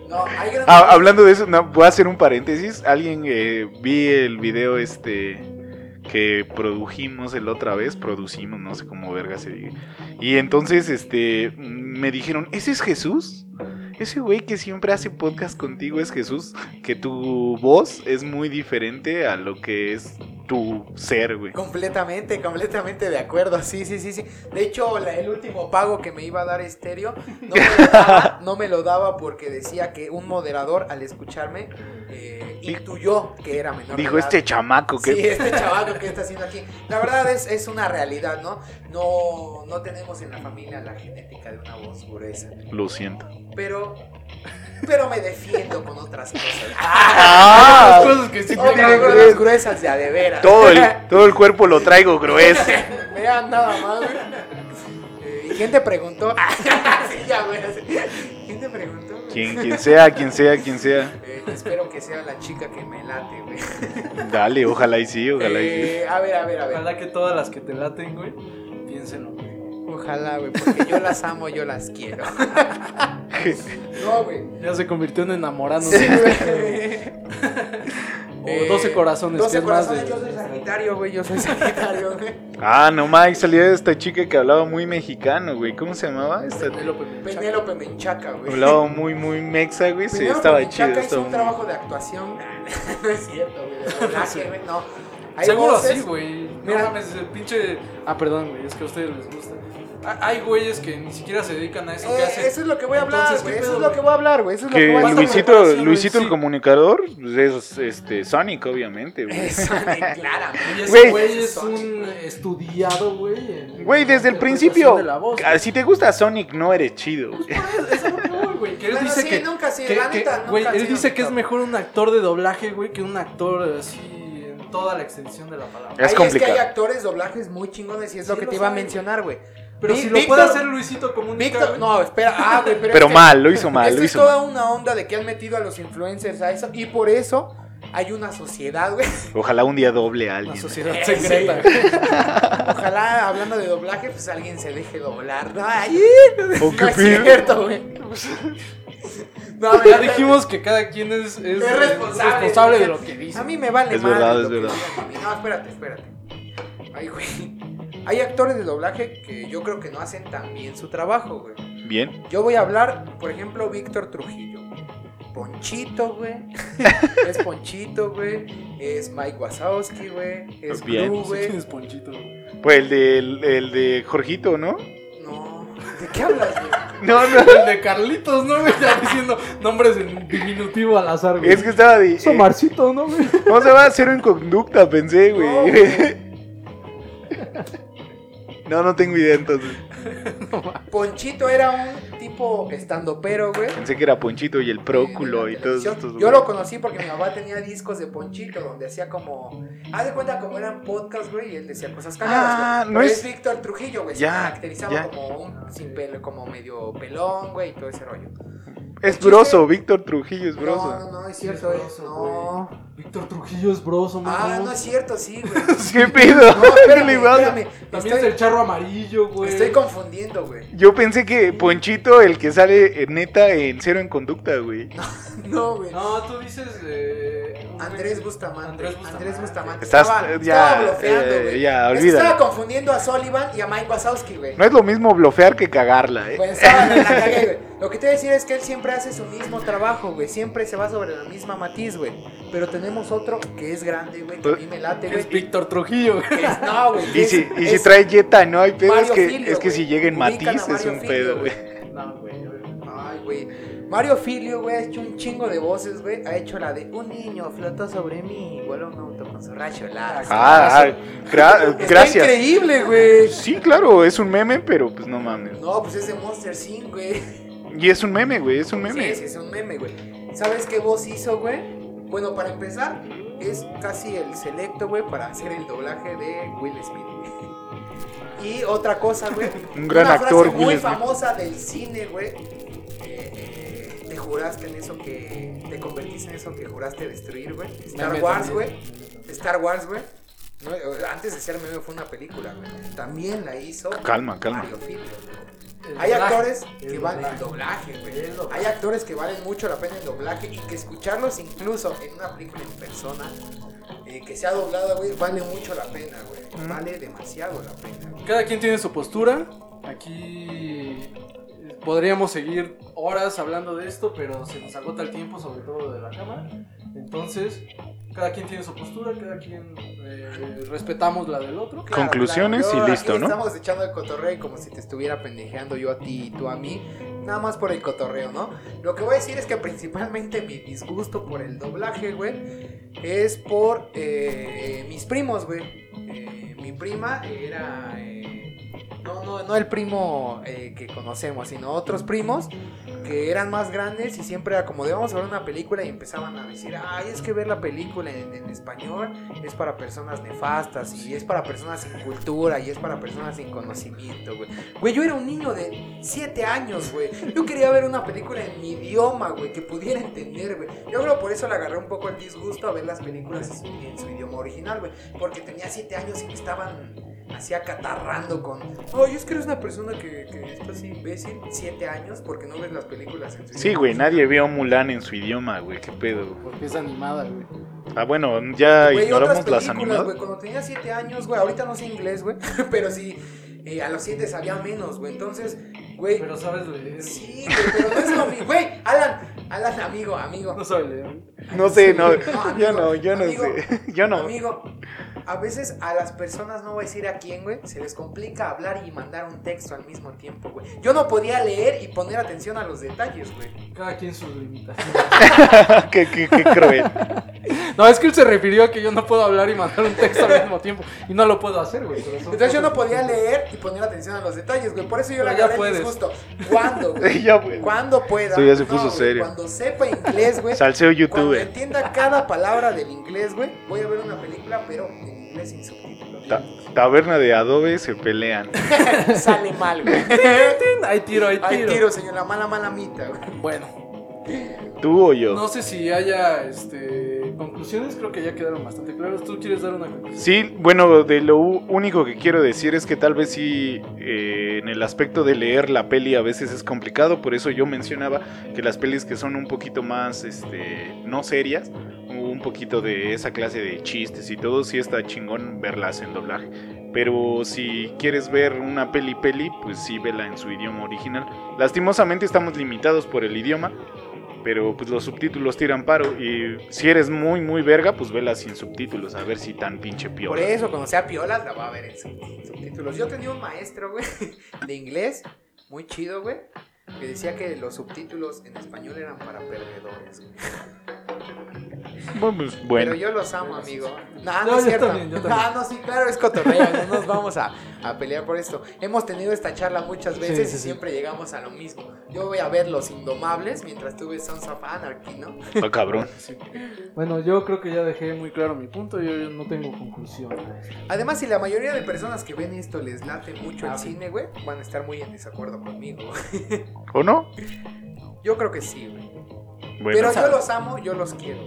No, hay grandes Ah, hablando de eso, no, voy a hacer un paréntesis. Alguien eh, vi el video este que produjimos el otra vez, producimos, no sé cómo verga se diga. Y entonces este me dijeron, "¿Ese es Jesús?" Ese güey que siempre hace podcast contigo es Jesús, que tu voz es muy diferente a lo que es tu ser, güey. Completamente, completamente de acuerdo. Sí, sí, sí, sí. De hecho, la- el último pago que me iba a dar estéreo no me lo daba, no me lo daba porque decía que un moderador al escucharme eh, intuyó que era menor. de Dijo edad. este chamaco que Sí, este chaval que está haciendo aquí. La verdad es, es una realidad, ¿no? No no tenemos en la familia la genética de una voz gruesa. lo siento. Pero pero me defiendo con otras cosas. Ah, Las cosas que sí Otras tengo que güey. cosas gruesas ya de veras. todo el todo el cuerpo lo traigo grueso. Vean nada más, güey. Eh, ¿Y quién te preguntó? sí, ya, güey. ¿Quién te preguntó? güey? Quien quien sea, quien sea, quien sea. Eh, espero que sea la chica que me late, güey. Dale, ojalá y sí, ojalá y sí. Eh, a ver, a ver, a ver. Ojalá que todas las que te laten, güey, piénsenlo, güey. Ojalá, güey, porque yo las amo, yo las quiero. no, güey. Ya se convirtió en enamorándose. Sí, güey. güey. O 12 corazones, que 12 Eh, es más corazones, de- yo soy sagitario, güey, yo soy sagitario, güey. Ah, no mames, salía esta chica que hablaba muy mexicano, güey. ¿Cómo se llamaba? Esta Penélope Menchaca. Penélope Menchaca, güey. hablaba muy, muy mexa, güey. Sí, Penélope estaba Menchaca chido. hizo estaba un muy- trabajo de actuación. no es cierto, güey. de doblaje, güey, No. Hay Seguro voces- sí, güey. No Mira. mames, el pinche. Ah, perdón, güey, es que a ustedes les gusta. Ah, Hay güeyes que ni siquiera se dedican a eso que Eh, hacen. eso es lo que voy a hablar, Entonces, güey. ¿qué Eso pedo, es lo güey? que voy a hablar, güey. Eso es lo que Que voy a hablar. Luisito, preparación, güey, Luisito el sí. comunicador es este, Sonic, obviamente, güey. Eso, Y claramente. ese Güey. güey es un estudiado, güey. en Güey, desde el interpretación principio, ah, de la voz. si te gusta Sonic, no eres chido. güey. Eso no, güey. Que él Bueno, dice sí, que. nunca, sí, que- la que- neta, nunca güey, ha él sido dice que es nunca. mejor un actor de doblaje, güey, que un actor así en toda la extensión de la palabra. Es Ahí complicado. que hay actores doblajes muy chingones y es lo Sí, que lo te iba a saben. mencionar, güey. Pero Vi- si lo Víctor- puede hacer Luisito Comunica. Víctor, güey. no, espera, ah, güey, pero, Pero este- mal, lo hizo mal, Esto lo es hizo toda mal. una onda de que han metido a los influencers a eso y por eso hay una sociedad, güey. Ojalá un día doble a La alguien. sociedad Eh, secreta. sí. Ojalá hablando de doblaje, pues alguien se deje doblar. ¿no? Ay, ¿O qué no es pedo? cierto, güey. No, a ver, Ya dijimos que cada quien es, es- es responsable, responsable de lo que dice. A mí me vale Es madre verdad, lo es que verdad. digan de mí. No, espérate, espérate. Ay, güey. Hay actores de doblaje que yo creo que no hacen tan bien su trabajo, güey. Bien. Yo voy a hablar, por ejemplo, Víctor Trujillo. Ponchito, güey. es Ponchito, güey. Es Mike Wazowski, güey. Es Bien. Blue, Sí, güey. tienes ponchito, güey. Pues el de, el, el de Jorgito, ¿no? No. ¿De qué hablas, güey? No, no. El de Carlitos, ¿no, güey? Ya diciendo nombres en diminutivo al azar, güey. Es que eh, estaba de. Eso, Marcito, ¿no, güey? No se va a hacer en conducta, pensé, güey. No, güey. No, no tengo idea entonces. Ponchito era un tipo estando pero, güey. Pensé que era Ponchito y el Próculo de y la todos televisión. estos. Eh, Yo lo conocí porque mi mamá tenía discos de Ponchito donde hacía como. Haz de cuenta como eran podcasts, güey, y él decía cosas cagadas. Ah, güey. no Pero es- Víctor Trujillo, güey. Ya, se caracterizaba ya. como un sin pelo, como medio pelón, güey, y todo ese rollo. Es broso, Víctor Trujillo es broso. No, no, no, es cierto, Sí, es. es broso, No. Víctor Trujillo es broso, ¿no? Ah, no es cierto, sí, güey. ¿Qué pedo? No, espérame, Le vas a- espérame. También es Estoy, el charro amarillo, güey. estoy confundiendo, güey. Yo pensé que Ponchito, el que sale eh, neta en cero en conducta, güey. No, güey. No, tú dices eh, Andrés Bustamante. Andrés Andrés Bustamante. Bustamante. Estás- estaba, ya, estaba bloqueando, eh, güey. ya, Es que olvídalo. estaba confundiendo a Sullivan y a Mike Wazowski, güey. No es lo mismo blofear que cagarla, ¿eh? Pensaba que Pues, la cagué, güey. Lo que te voy a decir es que él siempre hace su mismo trabajo, güey. Siempre se va sobre la misma matiz, güey. Pero tenemos otro que es grande, güey, que a mí me late, Pues, Es güey. Víctor Trujillo, güey. Es- No, güey. Y es- si, y si es trae Jetta, no hay pedo. Es Mario que, Filio, es que güey. si llega en Ubican a matiz es Mario un Filio, pedo, güey. No, güey. Ay, güey. Mario Filio, güey, ha hecho un chingo de voces, güey. Ha hecho la de un niño flota sobre mí y vuela un auto con su rayo láser. Ah, ah, gra- Está gracias. increíble, güey. Sí, claro, es un meme, pero pues no mames. No, pues es de Monster Inc, güey. Y es un meme, güey, es un meme. Sí, sí, es un meme, güey. ¿Sabes qué voz hizo, güey? Bueno, para empezar, es casi el selecto, güey, para hacer el doblaje de Will Smith. güey. Y otra cosa, güey. Un gran una actor, frase muy Will Smith. famosa del cine, güey. Eh, eh, Te juraste en eso que. Te convertiste en eso que juraste destruir, güey. Star Meme Wars, también. güey. Star Wars, güey. No, eh, antes de ser meme fue una película, güey. También la hizo. Calma, calma. Mario Filio, güey. El Hay doblaje, actores el que valen el doblaje. doblaje, güey. El doblaje. Hay actores que valen mucho la pena el doblaje y que escucharlos incluso en una película en persona eh, que sea doblada, güey, vale mucho la pena, güey. Vale demasiado la pena. güey. Cada quien tiene su postura. Aquí podríamos seguir horas hablando de esto, pero se nos agota el tiempo, sobre todo de la cámara. Entonces, cada quien tiene su postura, cada quien eh, respetamos la del otro. Claro, Conclusiones claro, y yo listo, aquí ¿no? Estamos echando el cotorreo y como si te estuviera pendejeando yo a ti y tú a mí, nada más por el cotorreo, ¿no? Lo que voy a decir es que principalmente mi disgusto por el doblaje, güey, es por eh, mis primos, güey. Eh, mi prima era... eh, no, no, no el primo eh, que conocemos, sino otros primos que eran más grandes y siempre era como de vamos a ver una película y empezaban a decir, ay, es que ver la película en, en español es para personas nefastas y es para personas sin cultura y es para personas sin conocimiento, güey. Güey, yo era un niño de 7 años, güey. Yo quería ver una película en mi idioma, güey, que pudiera entender, güey. Yo creo por eso le agarré un poco el disgusto a ver las películas en su- en su idioma original, güey. Porque tenía 7 años y me estaban así acatarrando con, ay, es que eres una persona que, que estás imbécil 7 años porque no ves las películas en su Sí, idioma güey, original". nadie vio Mulan en su idioma, güey, qué pedo. Porque es animada, güey. Ah, bueno, ya Güey, ignoramos otras las películas, animadas. güey. Cuando tenía 7 años, güey, ahorita no sé inglés, güey, pero sí, eh, a los 7 sabía menos, güey. Entonces, güey, Pero sabes leer. sí, güey, pero no es lo mismo. Güey, Alan, Alan, amigo, amigo. No sabes leer. No sé, no, No, yo Ah, amigo, no, yo no amigo, sé. Yo no. Amigo, a veces a las personas, no voy a decir a quién, güey, se les complica hablar y mandar un texto al mismo tiempo, güey. Yo no podía leer y poner atención a los detalles, güey. Cada quien sus limitaciones. qué, qué- qué cruel. No, es que él se refirió a que yo no puedo hablar y mandar un texto al mismo tiempo. Y no lo puedo hacer, güey. pero son Entonces yo no cosas- podía leer y poner atención a los detalles, güey. Por eso yo le Pero ya agarré el puedes. disgusto. ¿Cuándo, güey? Ya, güey. Cuando pueda. Sí, ya se No, puso güey, serio. Cuando sepa inglés, güey. Salseo Cuando youtuber. entienda cada palabra del inglés, güey. Voy a ver una película, pero en inglés sin subtítulos. Ta- taberna de adobe se pelean. Sale mal, güey. Hay tiro, hay tiro. Ay, tiro, señor. La mala, mala mita, güey. Bueno, ¿Tú o yo? No sé si haya este, conclusiones, creo que ya quedaron bastante claras. ¿Tú quieres dar una conclusión? Sí, bueno, de lo u- único que quiero decir es que tal vez sí, eh, en el aspecto de leer la peli a veces es complicado, por eso yo mencionaba que las pelis que son un poquito más, este, no serias, un poquito de esa clase de chistes y todo, sí está chingón verlas en doblaje. Pero si quieres ver una peli peli, pues sí vela en su idioma original. Lastimosamente estamos limitados por el idioma, pero pues los subtítulos tiran paro y si eres muy muy verga, pues vela sin subtítulos, a ver si tan pinche Por piola. eso, cuando sea piolas, la va a ver en sub- subtítulos. Yo tenía un maestro, güey, de inglés, muy chido, güey, que decía que los subtítulos en español eran para perdedores, güey. Bueno, pues, Pero bueno. yo los amo, amigo. No, no, No, es yo cierto. también, yo también. Ah, no, sí, claro, es cotorreo. No nos vamos a, a pelear por esto. Hemos tenido esta charla muchas veces sí, y sí. siempre llegamos a lo mismo. Yo voy a ver Los Indomables mientras tuve Sons of Anarchy, ¿no? Ah, cabrón. Bueno, yo creo que ya dejé muy claro mi punto. Yo, yo no tengo conclusión. Pues a esto. Además, si la mayoría de personas que ven esto les late mucho Ah, el sí. cine, güey, van a estar muy en desacuerdo conmigo. ¿O no? Yo creo que sí, güey. Bueno, Pero yo los amo, yo los quiero.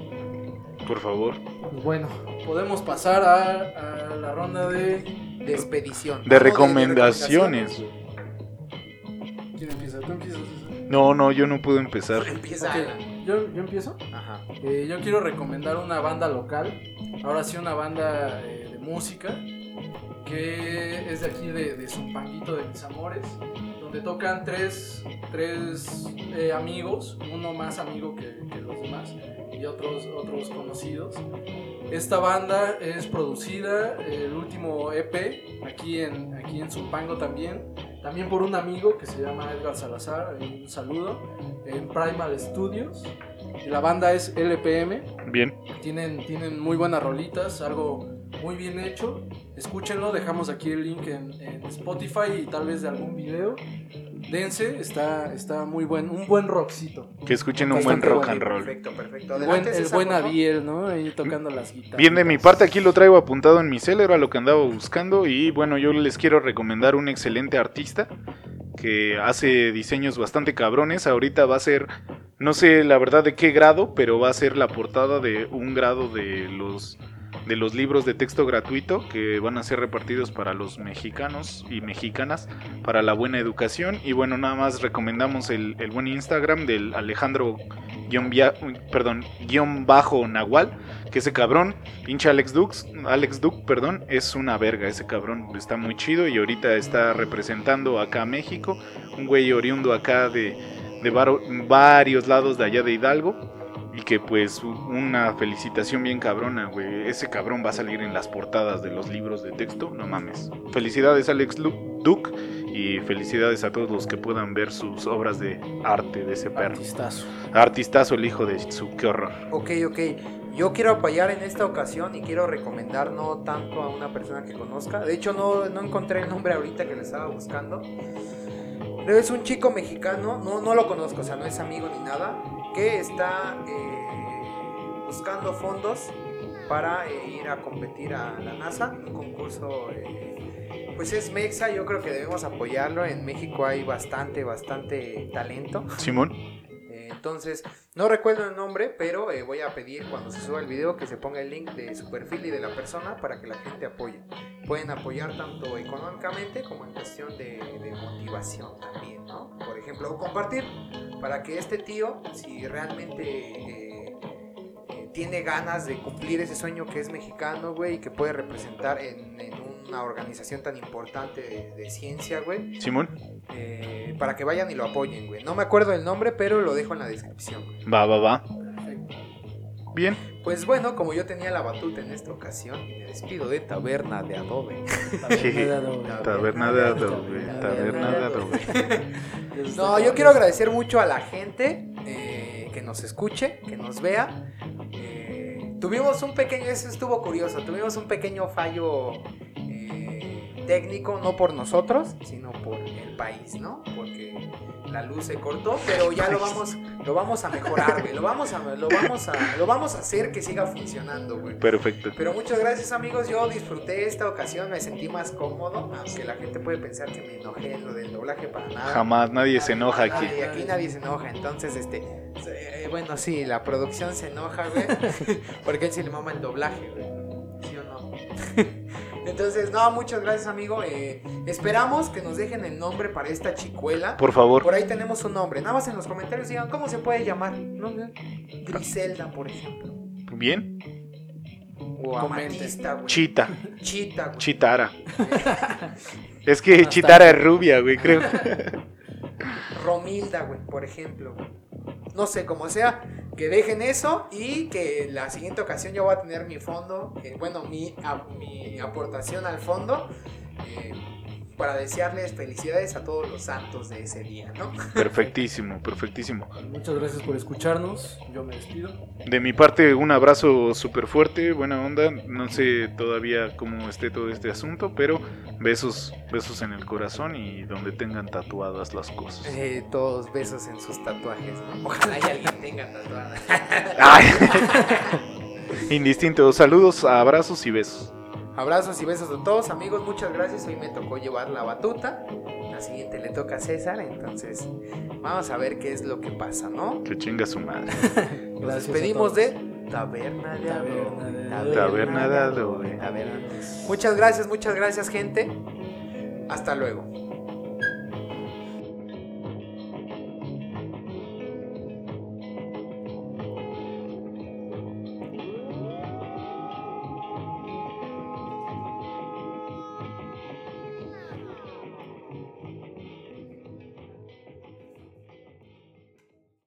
por favor. Pues bueno, podemos pasar a, a la ronda de. De expedición. De recomendaciones. ¿Quién empieza tú? empiezas? No, no, yo no pude empezar. Empieza. Ok, ¿Yo, yo empiezo. Ajá. Eh, yo quiero recomendar una banda local. Ahora sí, una banda eh, de música. Que es de aquí, de, de Zumpanguito de mis amores. Donde tocan tres, tres eh, amigos. Uno más amigo que, que los demás. Y otros, otros conocidos. Esta banda es producida, eh, el último EP, aquí en, aquí en Zumpango también. También por un amigo que se llama Edgar Salazar. eh, Un saludo. En Primal Studios. Y la banda es LPM. Bien. Tienen, tienen muy buenas rolitas, algo muy bien hecho. Escúchenlo, dejamos aquí el link en, en Spotify y tal vez de algún video. Dense, está, está muy buen, un buen rockcito. Que escuchen un buen Bastante rock bueno. and roll. Perfecto, perfecto. El Adelante, buen, el César, buen por favor. Abiel, ¿no? Ahí tocando las guitarras. Bien, de mi parte aquí lo traigo apuntado en mi cel, era lo que andaba buscando y bueno, yo les quiero recomendar un excelente artista que hace diseños bastante cabrones, ahorita va a ser, no sé la verdad de qué grado, pero va a ser la portada de un grado de los de los libros de texto gratuito que van a ser repartidos para los mexicanos y mexicanas para la buena educación y bueno nada más recomendamos el, el buen Instagram del Alejandro guión, via- uy, perdón, guión bajo Nahual que ese cabrón, pinche Alex Dux, Alex Duke, perdón, es una verga ese cabrón, está muy chido y ahorita está representando acá a México, un güey oriundo acá de, de varo- varios lados de allá de Hidalgo y que pues u- una felicitación bien cabrona, güey, ese cabrón va a salir en las portadas de los libros de texto, no mames. Felicidades Alex Lu- Duke y felicidades a todos los que puedan ver sus obras de arte de ese perro. Artistazo. Artistazo el hijo de su, qué horror. Ok, ok. Yo quiero apoyar en esta ocasión y quiero recomendar no tanto a una persona que conozca. De hecho, no, no encontré el nombre ahorita que le estaba buscando. Pero es un chico mexicano, no, no lo conozco, o sea, no es amigo ni nada, que está eh, buscando fondos para eh, ir a competir a la NASA, un concurso, eh, pues es Mexa, yo creo que debemos apoyarlo, en México hay bastante, bastante talento. Simón. Eh, Entonces, no recuerdo el nombre, pero eh, voy a pedir cuando se suba el video que se ponga el link de su perfil y de la persona para que la gente apoye. Pueden apoyar tanto económicamente como en cuestión de, de motivación también, ¿no? Por ejemplo, o compartir para que este tío, si realmente eh, eh, tiene ganas de cumplir ese sueño que es mexicano, güey, y que puede representar en, en una organización tan importante de- de ciencia, güey, Simón. eh, para que vayan y lo apoyen, güey. No me acuerdo el nombre, pero lo dejo en la descripción. güey. Va, va, va. Perfecto. Bien. Pues bueno, como yo tenía la batuta en esta ocasión, me despido de Taberna de Adobe. Taberna de adobe, taberna de adobe. No, yo quiero agradecer mucho a la gente eh, que nos escuche, que nos vea. Eh, tuvimos un pequeño, eso estuvo curioso, tuvimos un pequeño fallo eh, técnico, no por nosotros, sino por el país, ¿no? Porque la luz se cortó, pero ya lo vamos, lo vamos a mejorar, güey. Lo vamos a, lo vamos a, lo vamos a hacer que siga funcionando, güey. Perfecto. Pero muchas gracias amigos, yo disfruté esta ocasión, me sentí más cómodo, aunque la gente puede pensar que me enojé en lo del doblaje para nada. Jamás nadie se enoja aquí. Nadie, aquí nadie se enoja, entonces, este, eh, bueno, sí, la producción se enoja, güey, porque él se le mama el doblaje, güey, ¿sí o no? entonces, no, muchas gracias, amigo, eh, esperamos que nos dejen el nombre para esta chicuela. Por favor. Por ahí tenemos un nombre, nada más en los comentarios digan cómo se puede llamar, ¿no? Griselda, por ejemplo, Bien. o Amatista, güey. Chita. Chita, güey. Chitara. Es que Chitara es rubia, güey, creo. Romilda, güey, por ejemplo. güey. No sé, como sea, que dejen eso y que la siguiente ocasión yo voy a tener mi fondo, eh, bueno, mi, a- mi aportación al fondo eh, para desearles felicidades a todos los santos de ese día, ¿no? Perfectísimo, perfectísimo. Muchas gracias por escucharnos. Yo me despido. De mi parte, un abrazo súper fuerte, buena onda. No sé todavía cómo esté todo este asunto, pero besos, besos en el corazón y donde tengan tatuadas las cosas. Eh, todos besos en sus tatuajes, ¿no? Ojalá y alguien tenga tatuada. Ay. Indistinto. Saludos, abrazos y besos. Abrazos y besos a todos, amigos. Muchas gracias. Hoy me tocó llevar la batuta. La siguiente le toca a César. Entonces, vamos a ver qué es lo que pasa, ¿no? Que chinga su madre. Nos Gracias a despedimos todos. de Taberna de Taberna Adobe. de Taberna de Adobe. Taberna. Muchas gracias, muchas gracias, gente. Hasta luego.